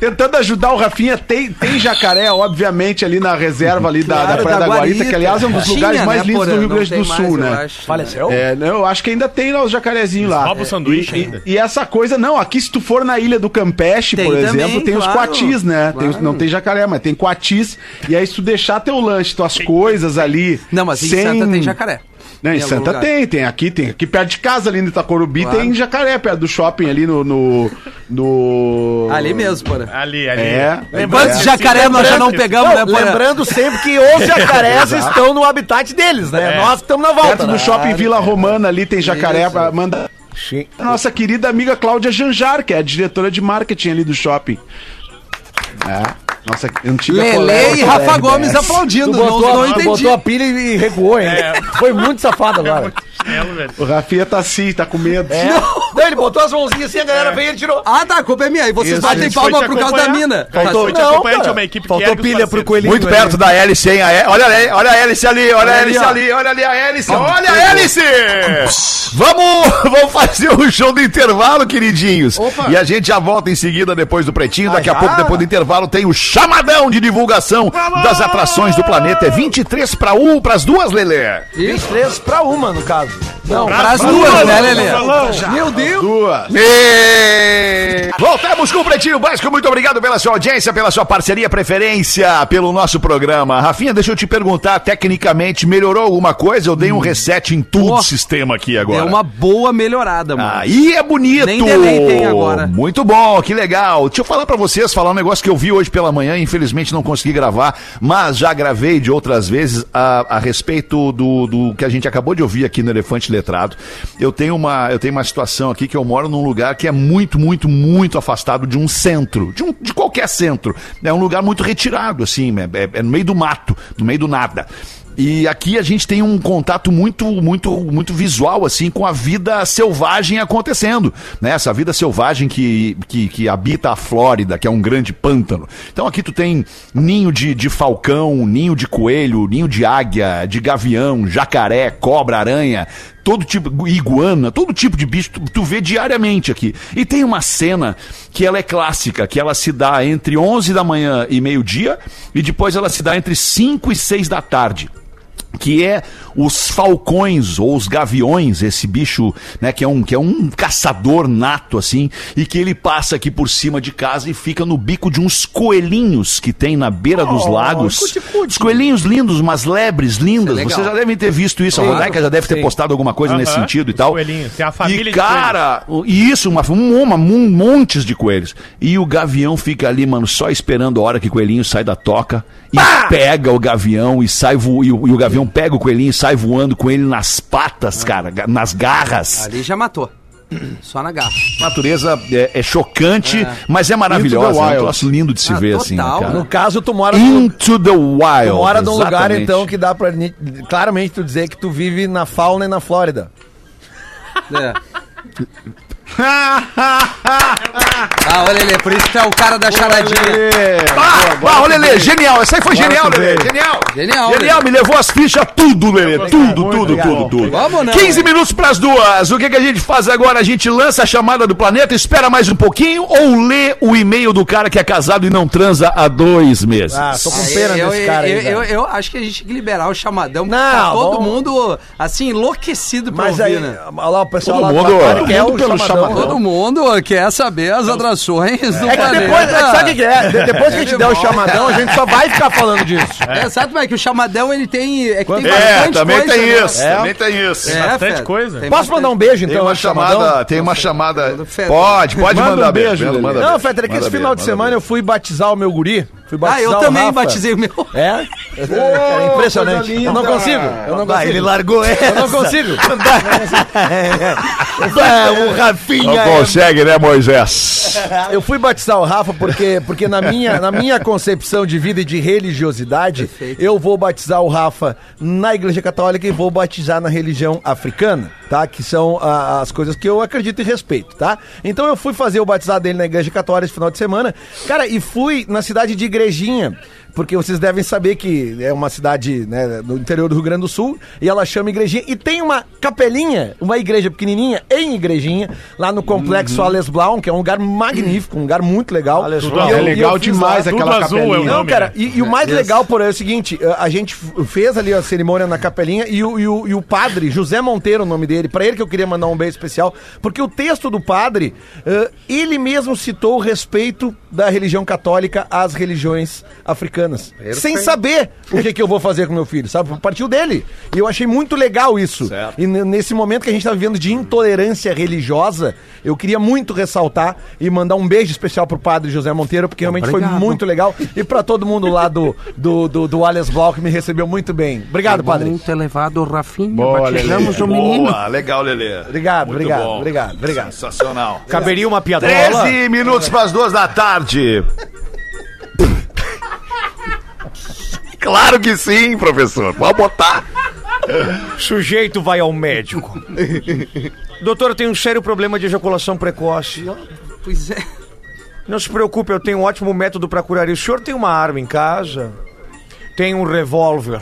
S5: Tentando ajudar o Rafinha, tem, tem jacaré, obviamente, ali na reserva ali da- da,
S6: Claro,
S5: Praia da, Guarita, que aliás é um dos
S6: Tinha,
S5: lugares mais
S6: né,
S5: lindos
S6: Porã?
S5: do Rio
S6: Não
S5: Grande
S6: tem
S5: do
S6: mais,
S5: Sul,
S6: eu
S5: né?
S6: acho.
S5: É, não, eu acho que ainda tem lá os jacarezinhos lá.
S8: roubam o sanduíche
S5: E- e,
S8: ainda.
S5: E essa coisa, não, aqui se tu for na ilha do Campeche,
S6: Tem
S5: por
S6: também,
S5: exemplo, tem os
S6: claro.
S5: coatis, né? Tem os- não tem jacaré, mas tem coatis. E aí se tu deixar teu lanche, tuas coisas ali.
S6: Não, mas em
S5: sem-
S6: Santa tem jacaré.
S5: Não, em
S6: algum
S5: Santa
S6: lugar.
S5: tem, tem aqui, tem aqui perto de casa ali no Itacorubi,
S6: Claro.
S5: tem jacaré perto do shopping ali no. no, no-
S6: Ali mesmo, porra.
S8: Ali, ali.
S5: É.
S6: Quantos jacaré nós já não pegamos, né,
S12: Não,
S6: porra?
S12: lembrando sempre que os jacarés estão no habitat deles, né? Nós que estamos na volta.
S5: É. Perto
S12: né?
S5: do shopping Vila Romana ali tem jacaré, pra- manda. A Nossa querida amiga Cláudia Janjar, que é a diretora de marketing ali do shopping. É. Nossa antiga colega
S6: Lele e
S5: da
S6: Rafa
S5: RBS.
S6: Gomes aplaudindo.
S7: Tu
S6: Não,
S7: botou,
S6: não
S7: a,
S6: entendi.
S7: botou a pilha e recuou, hein?
S5: É.
S7: Foi muito safado agora.
S8: Chinelo, velho.
S5: O Rafinha tá assim, tá com medo.
S7: É.
S12: Não, ele botou as mãozinhas assim, a galera veio e ele tirou.
S6: Ah, tá, a culpa é minha. E vocês
S8: Isso, a
S6: batem
S8: gente foi
S6: palma
S8: te
S6: por causa da
S8: acompanhar.
S6: mina.
S8: A gente foi te
S12: Tá, então, Não,
S8: acompanhar,
S12: cara.
S8: é uma equipe
S9: Faltou
S8: ergue os
S9: pilha pro
S8: parceiros.
S9: coelhinho.
S12: né?
S4: Muito
S9: ali.
S4: perto da hélice, hein? A hé- Olha, a hé- olha a hélice ali, olha a hélice ali, olha ali a hélice, olha a hélice! Vamos, vamos fazer o show do intervalo, queridinhos. E a gente já volta em seguida depois do Pretinho. Daqui a pouco, depois do intervalo, tem o chamadão de divulgação das atrações do planeta. É 23 para 1, para as um, duas, Lelê.
S12: 23 pra uma, no caso.
S6: Não, pras duas, né, Lelê?
S12: Meu Deus!
S5: duas.
S4: Me- Voltamos com o Pretinho Básico. Muito obrigado pela sua audiência, pela sua parceria, preferência, pelo nosso programa. Rafinha, deixa eu te perguntar, tecnicamente, melhorou alguma coisa? Eu dei um reset em todo o sistema aqui agora.
S6: Hum. Deu uma boa melhorada, mano.
S4: Aí é bonito!
S6: Nem delay tem agora.
S4: Muito bom, que legal. Deixa eu falar pra vocês, falar um negócio que eu vi hoje pela manhã, infelizmente não consegui gravar, mas já gravei de outras vezes a, a respeito do, do que a gente acabou de ouvir aqui no Elefante Letrado. Eu tenho, uma, eu tenho uma situação aqui que eu moro num lugar que é muito, muito, muito afastado de um centro, de, um, de qualquer centro. É um lugar muito retirado, assim, é- é- é no meio do mato, no meio do nada. E aqui a gente tem um contato muito, muito, muito visual, assim, com a vida selvagem acontecendo. Né? Essa vida selvagem que, que, que habita a Flórida, que é um grande pântano. Então aqui tu tem ninho de, de falcão, ninho de coelho, ninho de águia, de gavião, jacaré, cobra, aranha, todo tipo, iguana, todo tipo de bicho tu, tu vê diariamente aqui. E tem uma cena que ela é clássica, que ela se dá entre 11 da manhã e meio-dia, e depois ela se dá entre 5 e 6 da tarde que é os falcões ou os gaviões, esse bicho, né, que é um que é um caçador nato assim, e que ele passa aqui por cima de casa e fica no bico de uns coelhinhos que tem na beira
S8: Oh,
S4: dos lagos. Os coelhinhos lindos, umas lebres
S8: é
S4: lindas.
S8: legal.
S4: Vocês já devem ter visto isso, a
S8: Claro,
S4: Rodaica já deve ter
S8: sim.
S4: postado alguma coisa nesse
S8: Aham,
S4: sentido e
S8: os
S4: tal.
S8: coelhinhos, tem a família
S4: e
S8: de
S4: cara, e isso, uma, um, uma, um montes de coelhos. E o gavião fica ali, mano, só esperando a hora que o coelhinho sai da toca e pega o gavião e sai vo... e, o, e o gavião pega o coelhinho e sai voando com ele nas patas,
S8: Ah.
S4: cara, ga- nas garras.
S6: Ali já matou. Só na garra.
S4: A natureza é, é chocante,
S8: Ah.
S4: mas é maravilhosa. É um troço lindo de se ver, assim, né, cara.
S7: No caso, tu mora num-
S4: Into the Wild.
S7: Tu mora
S8: um
S7: num lugar,
S4: exatamente.
S7: então, que dá pra ni- claramente tu dizer que tu vive na fauna e na Flórida.
S6: Ah, olha ele, por isso que é o cara da charadinha.
S4: Ah, ah, olha, Lelê, genial. Essa aí foi
S6: Agora
S4: genial,
S6: tu
S4: Lelê.
S6: veio.
S4: Genial.
S6: Genial,
S4: Genial, me levou as fichas tudo, Lelê. Tudo, tudo, tudo, tudo.
S6: Vamos, né?
S4: 15 minutos pras duas. O que, que a gente faz agora? A gente lança a chamada do planeta, espera mais um pouquinho ou lê o e-mail do cara que é casado e não transa há dois meses?
S7: Ah, tô com pena
S6: eu,
S7: desse cara aí,
S6: eu,
S7: velho.
S6: eu, eu acho que a gente tem que liberar o chamadão, porque tá todo
S7: vamos-
S6: mundo, assim, enlouquecido pra
S7: Mas
S6: ouvir,
S7: aí,
S6: né?
S7: olha lá, o pessoal
S6: Todo
S7: lá do
S6: mundo- é.
S7: Batalha
S6: todo
S7: quer
S6: mundo
S7: o
S6: pelo
S7: chamadão.
S6: Todo mundo quer saber as atrações do
S7: É que
S6: planeta.
S7: depois, é que sabe o que é? De- Depois que a gente
S6: Ele
S7: der o
S6: volta.
S7: chamadão, a gente só vai ficar falando disso.
S6: É, exato, mas é que o chamadão ele tem. É, que tem
S4: É,
S6: bastante
S4: também
S6: coisa,
S4: tem
S6: né?
S4: isso,
S6: É.
S4: também tem isso.
S6: É, Fred, tem
S7: Posso mandar um beijo, então?
S4: Tem uma
S7: ao chamadão?
S4: chamada, tem uma chamada. Pode, pode
S7: Manda um
S4: mandar
S7: beijo,
S4: beijo.
S7: Lelê.
S4: manda
S7: Não,
S4: beijo.
S7: Fetter, é que
S4: Manda
S7: esse final
S4: beijo,
S7: de
S4: manda
S7: semana eu fui batizar o meu guri. Fui
S6: Ah,
S7: batizar
S6: eu
S7: o
S6: também
S7: Rafa.
S6: batizei o meu.
S7: É? é impressionante. Eu não consigo. Eu não consigo.
S11: ele largou essa.
S7: Eu não consigo.
S11: Bah, o Rafinha
S7: é.
S4: Não consegue, né, Moisés?
S7: Eu fui batizar o Rafa porque, porque na, minha, na minha concepção de vida e de religiosidade, eu vou batizar o Rafa na Igreja Católica e vou batizar na religião africana, tá? Que são a- as coisas que eu acredito e respeito, tá? Então eu fui fazer o batizado dele na Igreja Católica esse final de semana, cara, e fui na cidade de Igrejinha. Porque vocês devem saber que é uma cidade né, no interior do Rio Grande do Sul e ela chama Igrejinha. E tem uma capelinha, uma igreja pequenininha em Igrejinha, lá no complexo
S5: Uhum.
S7: Ales Blaum, que é um lugar magnífico, um lugar muito legal.
S5: Tudo azul.
S7: E eu- e eu
S5: É legal
S7: fiz
S5: demais aquela Tudo azul é o capelinha.
S7: Não,
S5: nome,
S7: cara,
S5: né?
S7: e, e o mais
S5: Isso.
S7: legal por aí é o seguinte: a- a gente f- fez ali a cerimônia na capelinha e o, e o, e o padre, José Monteiro, o nome dele, pra ele que eu queria mandar um beijo especial, porque o texto do padre, eh, ele mesmo citou o respeito da religião católica às religiões africanas. Sem saber o que, que eu vou fazer com meu filho, sabe? Partiu dele. E eu achei muito legal isso. E ne- nesse momento que a gente tá vivendo de intolerância religiosa, eu queria muito ressaltar e mandar um beijo especial pro padre José Monteiro, porque realmente foi
S6: Obrigado.
S7: muito muito legal. E pra todo mundo lá do, do, do, do Alias Blau, que me recebeu muito bem. Obrigado, padre.
S6: Muito elevado, Rafinha.
S4: Lelê.
S6: Batizamos
S5: um
S6: o menino.
S4: Boa, legal, Lelê.
S7: Obrigado,
S4: Muito
S7: obrigado,
S4: bom.
S7: obrigado, obrigado.
S4: Sensacional.
S9: Caberia uma piadola?
S4: 13 minutos para as duas da tarde. claro que sim, professor. Pode botar.
S9: Sujeito vai ao médico. Doutor, eu tenho um sério problema de ejaculação precoce.
S6: Pois é.
S9: Não se preocupe, eu tenho um ótimo método pra curar isso. O senhor tem uma arma em casa? Tem um revólver.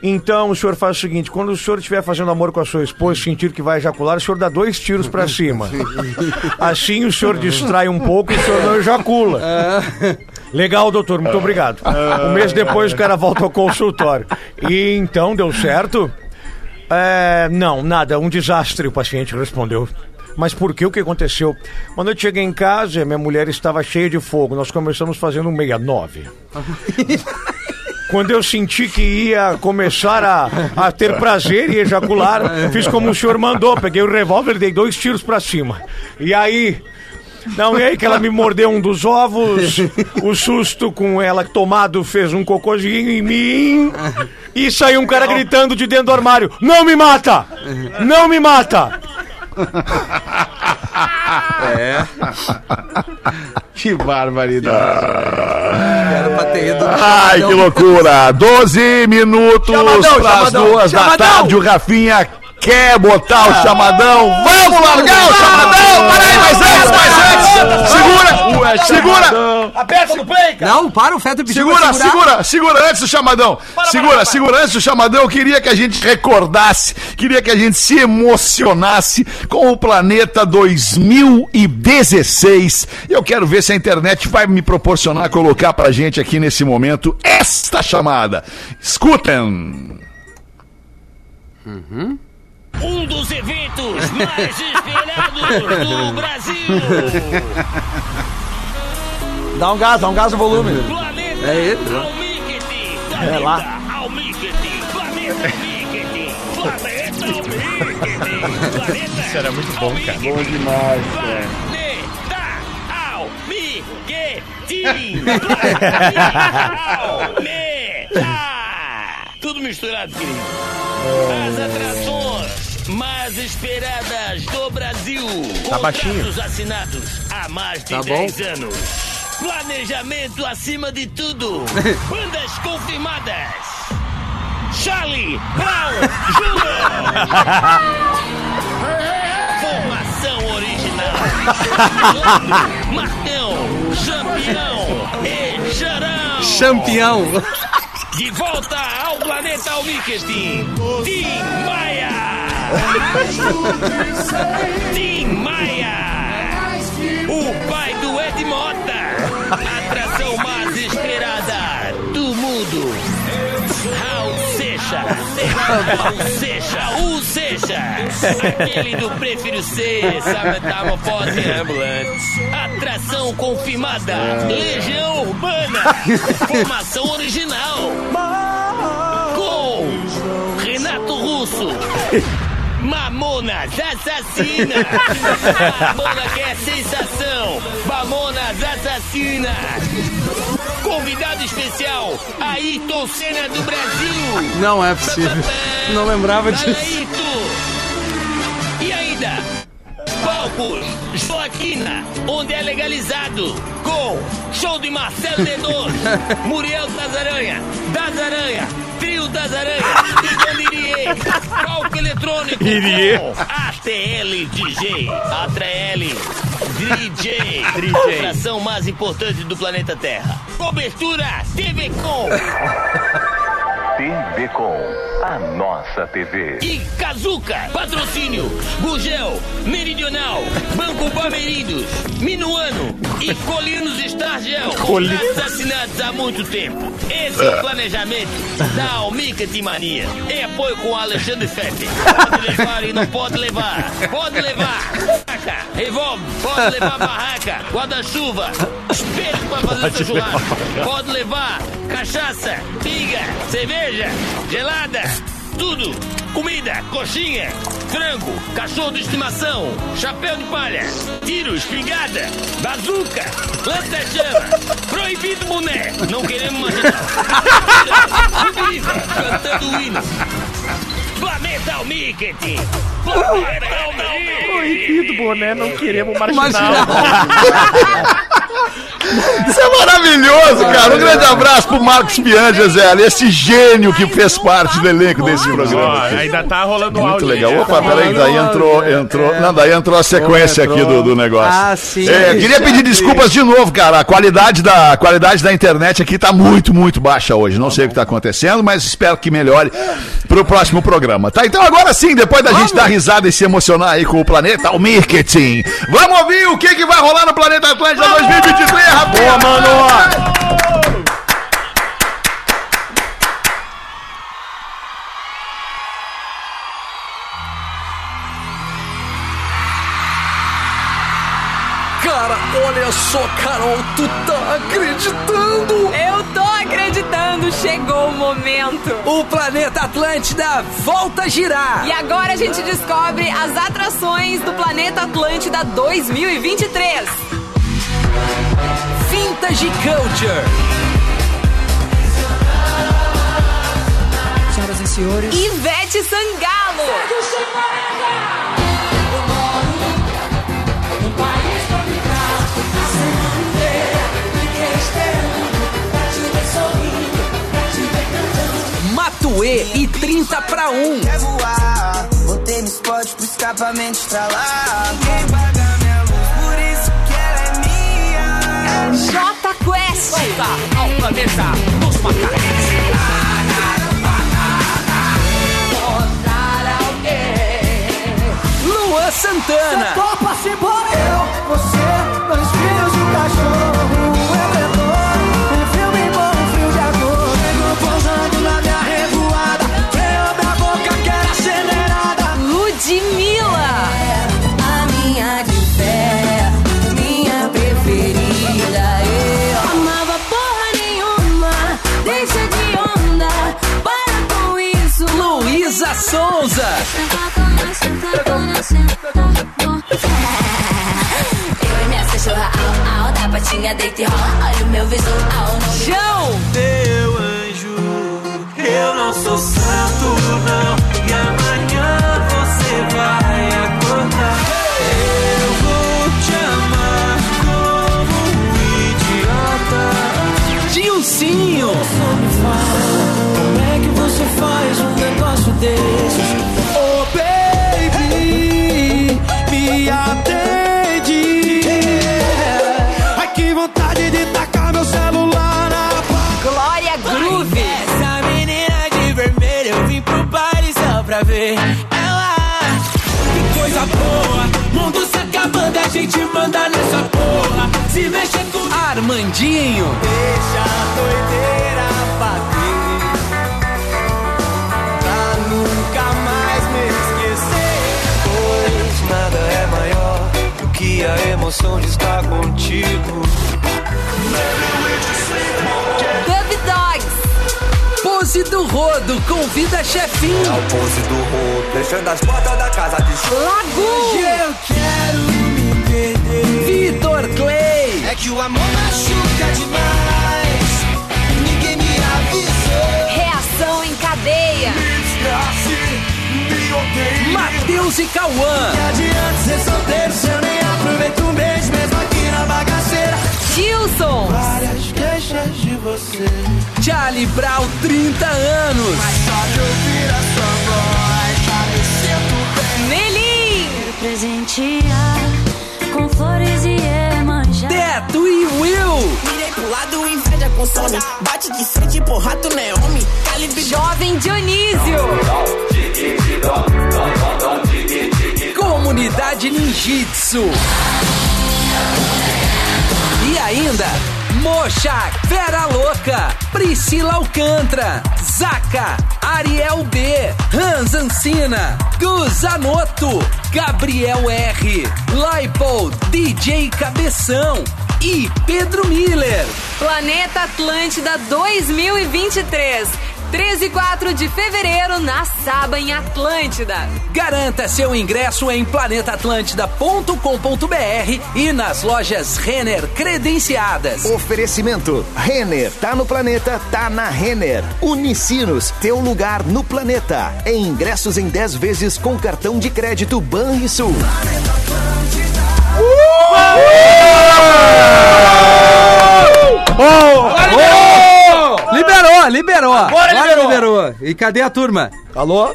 S9: Então o senhor faz o seguinte: quando o senhor estiver fazendo amor com a sua esposa e sentir que vai ejacular, o senhor dá dois tiros pra cima. Assim o senhor distrai um pouco e o senhor não ejacula. Legal, doutor, muito obrigado. Um mês depois o cara volta ao consultório. E então deu certo? É, não, nada, um desastre, o paciente respondeu. Mas por que? O que aconteceu? Quando eu cheguei em casa, minha mulher estava cheia de fogo. Nós começamos fazendo um 69. Quando eu senti que ia começar a, a ter prazer e ejacular, fiz como o senhor mandou. Peguei o revólver e dei dois tiros pra cima. E aí... Não, e aí que ela me mordeu um dos ovos, o susto com ela tomado fez um cocôzinho em mim e saiu um cara gritando de dentro do armário, não me mata! Não me mata!
S5: É. Que barbaridade.
S6: Era pra ter ido.
S4: Ai, que loucura! 12 minutos
S9: Chamadão,
S4: para as
S9: chamadão,
S4: duas da
S9: chamadão. Ah.
S4: tarde. O Rafinha quer botar o chamadão. Vamos largar o chamadão! Para aí, mais antes,
S9: Ah.
S4: mais antes! Segura! Segura!
S9: Aperta no play, cara!
S6: Não, para o feto pediu pra
S4: Segura,
S6: segurar.
S4: segura, segura antes do chamadão. segura, segura antes do chamadão. Eu queria que a gente recordasse, queria que a gente se emocionasse com o Planeta 2016. Eu quero ver se a internet vai me proporcionar colocar pra gente aqui nesse momento esta chamada. Escutem.
S13: Um dos eventos mais esperados do Brasil.
S7: Dá um gás, dá um gás no volume.
S13: Planeta
S6: É ele, né?
S13: Almíquete.
S7: É lá.
S13: Planeta Almíquete. Planeta Almíquete. Planeta Almíquete. Planeta
S8: Isso era muito bom, cara.
S5: Bom demais, cara.
S13: Planeta Almiguetim! Planeta Almeta! Tudo misturado, querido. As atrações mais esperadas do Brasil.
S8: Tá baixinho.
S13: Contratos assinados há mais de
S6: Tá bom.
S13: 10 anos. Planejamento acima de tudo. Bandas confirmadas. Charlie Brown Jr. Formação original. Marcão, campeão e geral.
S6: Campeão.
S13: De volta ao planeta Almiquetim. Tim Maia. Tim Maia. O pai do Ed Mota. Atração mais esperada do mundo. Raul Seixas. Raul Seixas. O Seixas. Aquele do Prefiro Ser. Essa metamorfose ambulante. Atração confirmada. Legião Urbana. Formação original. Com Renato Russo. Mamonas Assassinas! Mamona quer sensação! Mamonas Assassinas! Convidado especial, Ayrton Senna do Brasil.
S6: Não é possível. Não lembrava disso.
S13: Ayrton. E ainda, palcos, Joaquina, onde é legalizado, com show de Marcelo Denon, Muriel das Aranha, das Aranha, Trio das Aranha e Donirie, palco eletrônico
S8: Irie.
S13: com ATL DJ, ATL DJ, DJ. atração mais importante do planeta Terra. Cobertura TV Com.
S14: TV Com, a nossa TV.
S13: E Kazuca, patrocínio, Gugel, Meridional, Banco Bameridos, Minuano e Colinos Estargel.
S8: Colinos.
S13: Contratos assinados há muito tempo. Esse é o planejamento da Almica Timania. Em apoio com Alexandre Fete. Pode levar e não pode levar. Pode levar. Barraca, revólver, pode levar barraca, guarda-chuva, espelho pra fazer seu churrasco. Pode levar cachaça, pinga, cerveja, gelada, tudo. Comida, coxinha, frango, cachorro de estimação, chapéu de palha, tiro, espingarda, bazuca, lança-chama, proibido boné, não queremos mais não. Viva, cantando hino. Planeta Almiquete! Planeta Almiquete!
S9: Proibido, boné, não queremos
S6: Imagina.
S4: Isso é maravilhoso, cara. Um grande abraço pro Marcos Pianja, Zé. Esse gênio que fez parte do elenco desse
S8: Ó,
S4: programa.
S8: ainda tá rolando
S4: Muito
S8: áudio.
S4: legal.
S8: né?
S4: Opa, peraí, daí entrou, entrou. Não, daí é. entrou a sequência aqui do, do negócio.
S6: Ah, sim.
S4: É, queria pedir desculpas de novo, cara. A qualidade da, a qualidade da internet aqui tá muito, muito baixa hoje. Não sei o que tá acontecendo, mas espero que melhore pro próximo programa. Tá, então agora sim, depois da gente dar risada e se emocionar aí com o planeta, o marketing. Vamos ouvir o que, que vai rolar no Planeta Atlântica 2023, rapaz! Boa, mano!
S15: Cara, olha só, Carol, tu tá acreditando?
S16: Eu tô acreditando, chegou o momento.
S15: O planeta Atlântida volta a girar.
S16: E agora a gente descobre as atrações do planeta Atlântida 2023.
S15: Vintage Culture.
S16: Senhoras e senhores. Ivete Sangalo.
S15: Matuê e 30 pra 1.
S17: Quer voar? Botei no spot pro escapamento estralar. Ninguém paga minha luz, por isso que ela é minha.
S16: J Quest.
S15: Volta ao planeta dos macacos. Luan Santana.
S17: Topa se embora eu, você, dois filhos e um cachorro. Eu retorno, um filme bom, um frio de agosto. Chego pousando na minha revoada, freio minha boca que era acelerada.
S16: Ludmilla.
S17: A minha de fé, minha preferida. Eu amava porra nenhuma, deixa de onda, para com isso.
S15: Luísa Sonza.
S18: Eu e minhas cachorra ao, ao, da patinha deita e rola. Olha o meu visual no
S16: João!
S17: Meu anjo, eu não sou santo, não. E amanhã você vai acordar. Eu vou te amar como um idiota.
S15: Dilcinho!
S17: Como é que você faz um negócio desses? Oh, baby, me atende. Ai, que vontade de tacar meu celular na
S16: Glória Groove.
S17: Essa menina de vermelho, eu vim pro baile só pra ver ela. Que coisa boa, mundo se acabando, a gente manda nessa porra. Se mexer com
S15: Armandinho.
S17: Deixa a doideira bater Pra nunca mais me esquecer Pois nada é maior do que a emoção de estar contigo
S16: Dub Dogs.
S15: Pose do Rodo convida chefinho.
S17: Ao pose do rodo, deixando as portas da casa de show
S16: Lagoon.
S17: Eu quero me perder
S15: Vitor Clay.
S17: É que o amor machuca demais Ninguém me avisou
S16: Reação em cadeia.
S17: Desgrace, me odeie
S15: Matheus e Cauã.
S17: Que adianta ser solteiro se eu nem aproveito um beijo mesmo aqui na bagaceira
S16: Gilson.
S17: Várias queixas de você
S15: Charlie Brown, 30 anos.
S17: Mas só de ouvir a sua voz já me sinto bem
S16: Melim.
S18: Presentear com flores e emanjar.
S15: Teto e Will.
S17: Mirei pro lado, inveja consome Bate de frente, porra, tu não é homem Calibre
S16: Jovem Dionísio.
S15: Comunidade Ninjitsu. E ainda, Mocha, Vera Louca, Priscila Alcântara, Zaca, Ariel B, Hans Ancina, Guzanoto, Gabriel R, Laipo, DJ Cabeção e Pedro Miller.
S16: Planeta Atlântida 2023. 13 e 4 de fevereiro na Saba em Atlântida.
S15: Garanta seu ingresso em planetaatlântida.com.br e nas lojas Renner credenciadas.
S19: Oferecimento: Renner. Tá no planeta, tá na Renner. Unicinos, teu lugar no planeta. Em ingressos em 10 vezes com cartão de crédito Banrisul.
S6: Liberou, liberou.
S9: Agora liberou.
S6: E cadê a turma?
S9: Alô?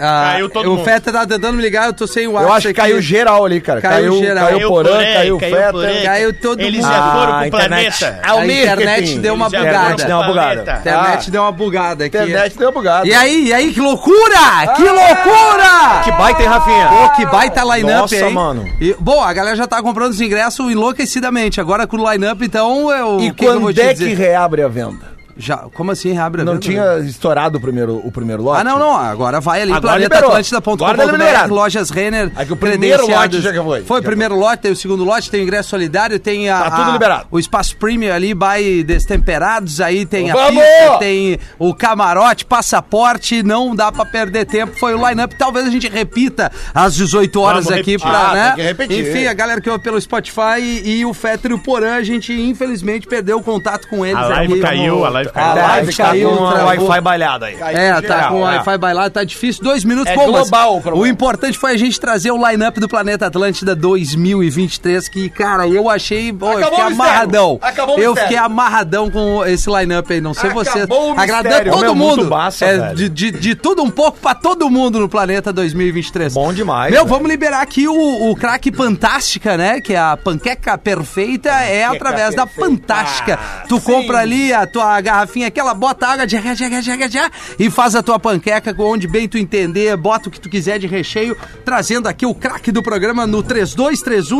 S6: Ah,
S8: Caiu todo
S6: o
S8: mundo.
S6: Feta tá tentando me ligar, eu tô sem o
S12: Eu acho que caiu geral ali, cara.
S6: Caiu
S12: Caiu,
S6: geral.
S12: caiu,
S6: Caiu
S12: Porã,
S8: Porã,
S12: caiu
S8: caiu
S12: Feta.
S8: Porã.
S6: Caiu todo
S8: Eles
S6: mundo.
S8: já foram
S9: a
S8: pro
S9: internet.
S8: planeta.
S6: A internet deu uma
S8: Já
S6: bugada.
S8: foram
S9: deu uma
S8: pro
S9: bugada.
S8: planeta.
S6: A internet deu uma bugada aqui.
S12: Internet deu
S7: tá
S12: bugado.
S6: E aí, e aí, que loucura!
S7: Ah!
S6: Que loucura!
S9: Que baita, hein, Rafinha?
S6: Pô, que baita line-up,
S9: Nossa,
S6: hein?
S9: mano.
S6: E, bom, a galera já tá comprando os ingressos enlouquecidamente. Agora com o line-up, então, eu...
S12: E
S6: o que que eu vou
S12: quando
S6: te
S12: é
S6: dizer?
S12: que reabre a venda?
S6: Já, como assim reabre a
S7: Não
S6: venda?
S7: tinha estourado o primeiro, o primeiro lote?
S6: Ah, não, não. Agora vai ali,
S7: Agora liberou. Agora tá
S6: planetaatlântida.com.br,
S7: liberado.
S6: lojas Renner.
S7: É que o primeiro
S6: credenciadas.
S7: lote já foi.
S6: Foi o primeiro lote, tem o segundo lote, tem o ingresso solidário, tem a,
S7: Tá tudo
S6: a-
S7: liberado.
S6: o espaço premium ali, by Destemperados, aí tem a
S7: Vamos!
S6: pista, tem o camarote, passaporte, não dá pra perder tempo. Foi o line-up, talvez a gente repita às 18 horas
S7: Vamos
S6: aqui
S7: repetir.
S6: pra,
S7: Ah,
S6: né?
S7: tem que repetir.
S6: Enfim, a galera que ouve pelo Spotify e, e o Fetter e o Porã, a gente infelizmente perdeu o contato com eles
S20: A live
S6: aqui.
S20: caiu, a live caiu.
S6: A live
S20: Deve tá
S6: caiu,
S7: é
S20: com a
S6: travou.
S20: Wi-Fi balhada aí.
S6: É, tá
S20: Geral,
S6: com o
S20: é.
S6: Wi-Fi bailado, tá difícil. Dois minutos,
S7: Ah. É
S6: pô, mas
S7: global o problema.
S6: O importante foi a gente trazer o line-up do Planeta Atlântida 2023, que, cara, eu achei. pô, eu
S7: Acabou
S6: fiquei
S7: o mistério.
S6: amarradão.
S7: Acabou o
S6: eu
S7: mistério.
S6: fiquei amarradão com esse line-up aí, não sei
S7: Acabou
S6: você.
S7: o mistério.
S6: Agradando todo
S7: Meu, muito
S6: mundo.
S7: massa,
S6: É,
S7: velho.
S6: de, de, de tudo um pouco pra todo mundo no Planeta 2023. Bom demais.
S7: né?
S6: Meu, vamos liberar aqui o, o craque Fantástica, né? Que é a panqueca perfeita, é através da Fantástica. Tu compra ali a tua garrafinha, aquela bota água, já, já, já, já, já, já, e faz a tua panqueca com onde bem tu entender, bota o que tu quiser de recheio, trazendo aqui o craque do programa no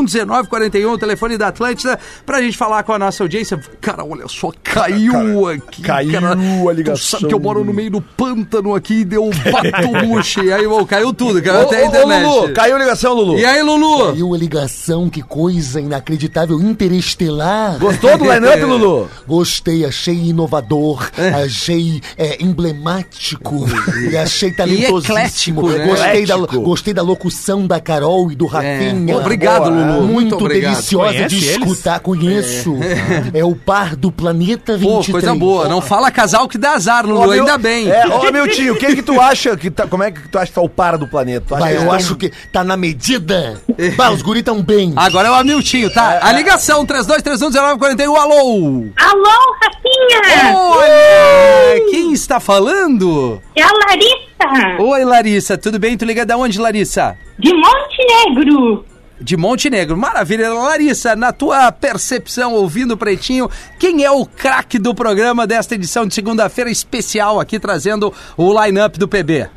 S6: 3231-1941, o telefone da Atlântida, pra gente falar com a nossa audiência. Cara, olha só, caiu aqui.
S7: caiu
S6: cara.
S7: a
S6: Tu
S7: ligação.
S6: sabe que eu moro no meio do pântano aqui e deu um patumuche. aí, ô, caiu tudo, cara.
S11: Ô,
S6: até a
S11: ô, ô,
S6: internet.
S11: Lulu, caiu
S6: a ligação, Lulu. E aí, Lulu?
S11: Caiu a ligação, que coisa inacreditável, interestelar.
S7: Gostou do line-up,
S6: É.
S7: Lulu?
S11: Gostei, achei inovador, achei é, emblemático e achei talentosíssimo.
S6: Uhum. eclético, né?
S11: gostei, da,
S6: Eclético. É.
S11: gostei da locução da Carol e do Rafinha.
S6: Obrigado, Lulu.
S11: Muito,
S6: Muito obrigado.
S11: deliciosa
S6: Conhece
S11: de
S6: eles?
S11: escutar, conheço. É. o par do Planeta 23.
S6: Pô, coisa boa. Não fala casal que dá azar, Lulu,
S11: Ô, meu-
S6: ainda bem.
S11: é, ô, meu
S7: tio, o que que tu acha que tá- como é que tu acha que tá o par do planeta? Tu acha
S11: Bah,
S6: né?
S7: que
S11: eu
S7: eles
S11: acho
S7: tão-
S11: que tá na medida.
S6: É.
S11: Bah, os guri tão bem.
S6: Agora é o Amiltinho, tá?
S11: é.
S6: A ligação, 32311941, alô!
S17: Alô,
S16: É.
S17: Rafinha!
S6: Olha! Quem está falando?
S17: É a Larissa!
S6: Oi, Larissa, tudo bem? Tu liga da onde, Larissa?
S17: De Montenegro!
S6: De Montenegro, maravilha. Larissa, na tua percepção, ouvindo o Pretinho, quem é o craque do programa desta edição de segunda-feira especial aqui, trazendo o line-up do PB,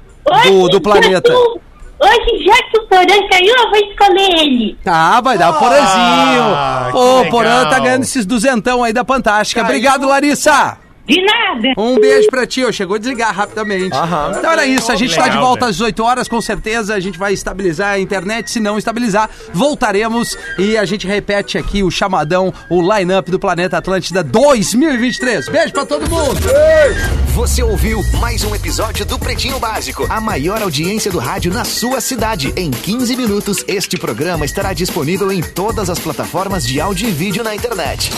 S6: do, do planeta?
S17: Já que, o- hoje, já que o Porã caiu, eu vou escolher ele.
S6: Ah, vai dar o
S17: Ah,
S6: Porãzinho. Ô,
S17: que
S6: o Porã
S17: legal.
S6: tá ganhando esses duzentão aí da Fantástica. Obrigado, Larissa.
S17: De nada.
S6: Um beijo pra ti. ó. Chegou a desligar rapidamente. Então era isso. A gente tá de
S7: Legal,
S6: volta
S7: velho.
S6: às 18 horas. Com certeza a gente vai estabilizar a internet. Se não estabilizar, voltaremos. E a gente repete aqui o chamadão, o line-up do Planeta Atlântida 2023. Beijo pra todo mundo.
S19: Você ouviu mais um episódio do Pretinho Básico, a maior audiência do rádio na sua cidade. Em 15 minutos, este programa estará disponível em todas as plataformas de áudio e vídeo na internet.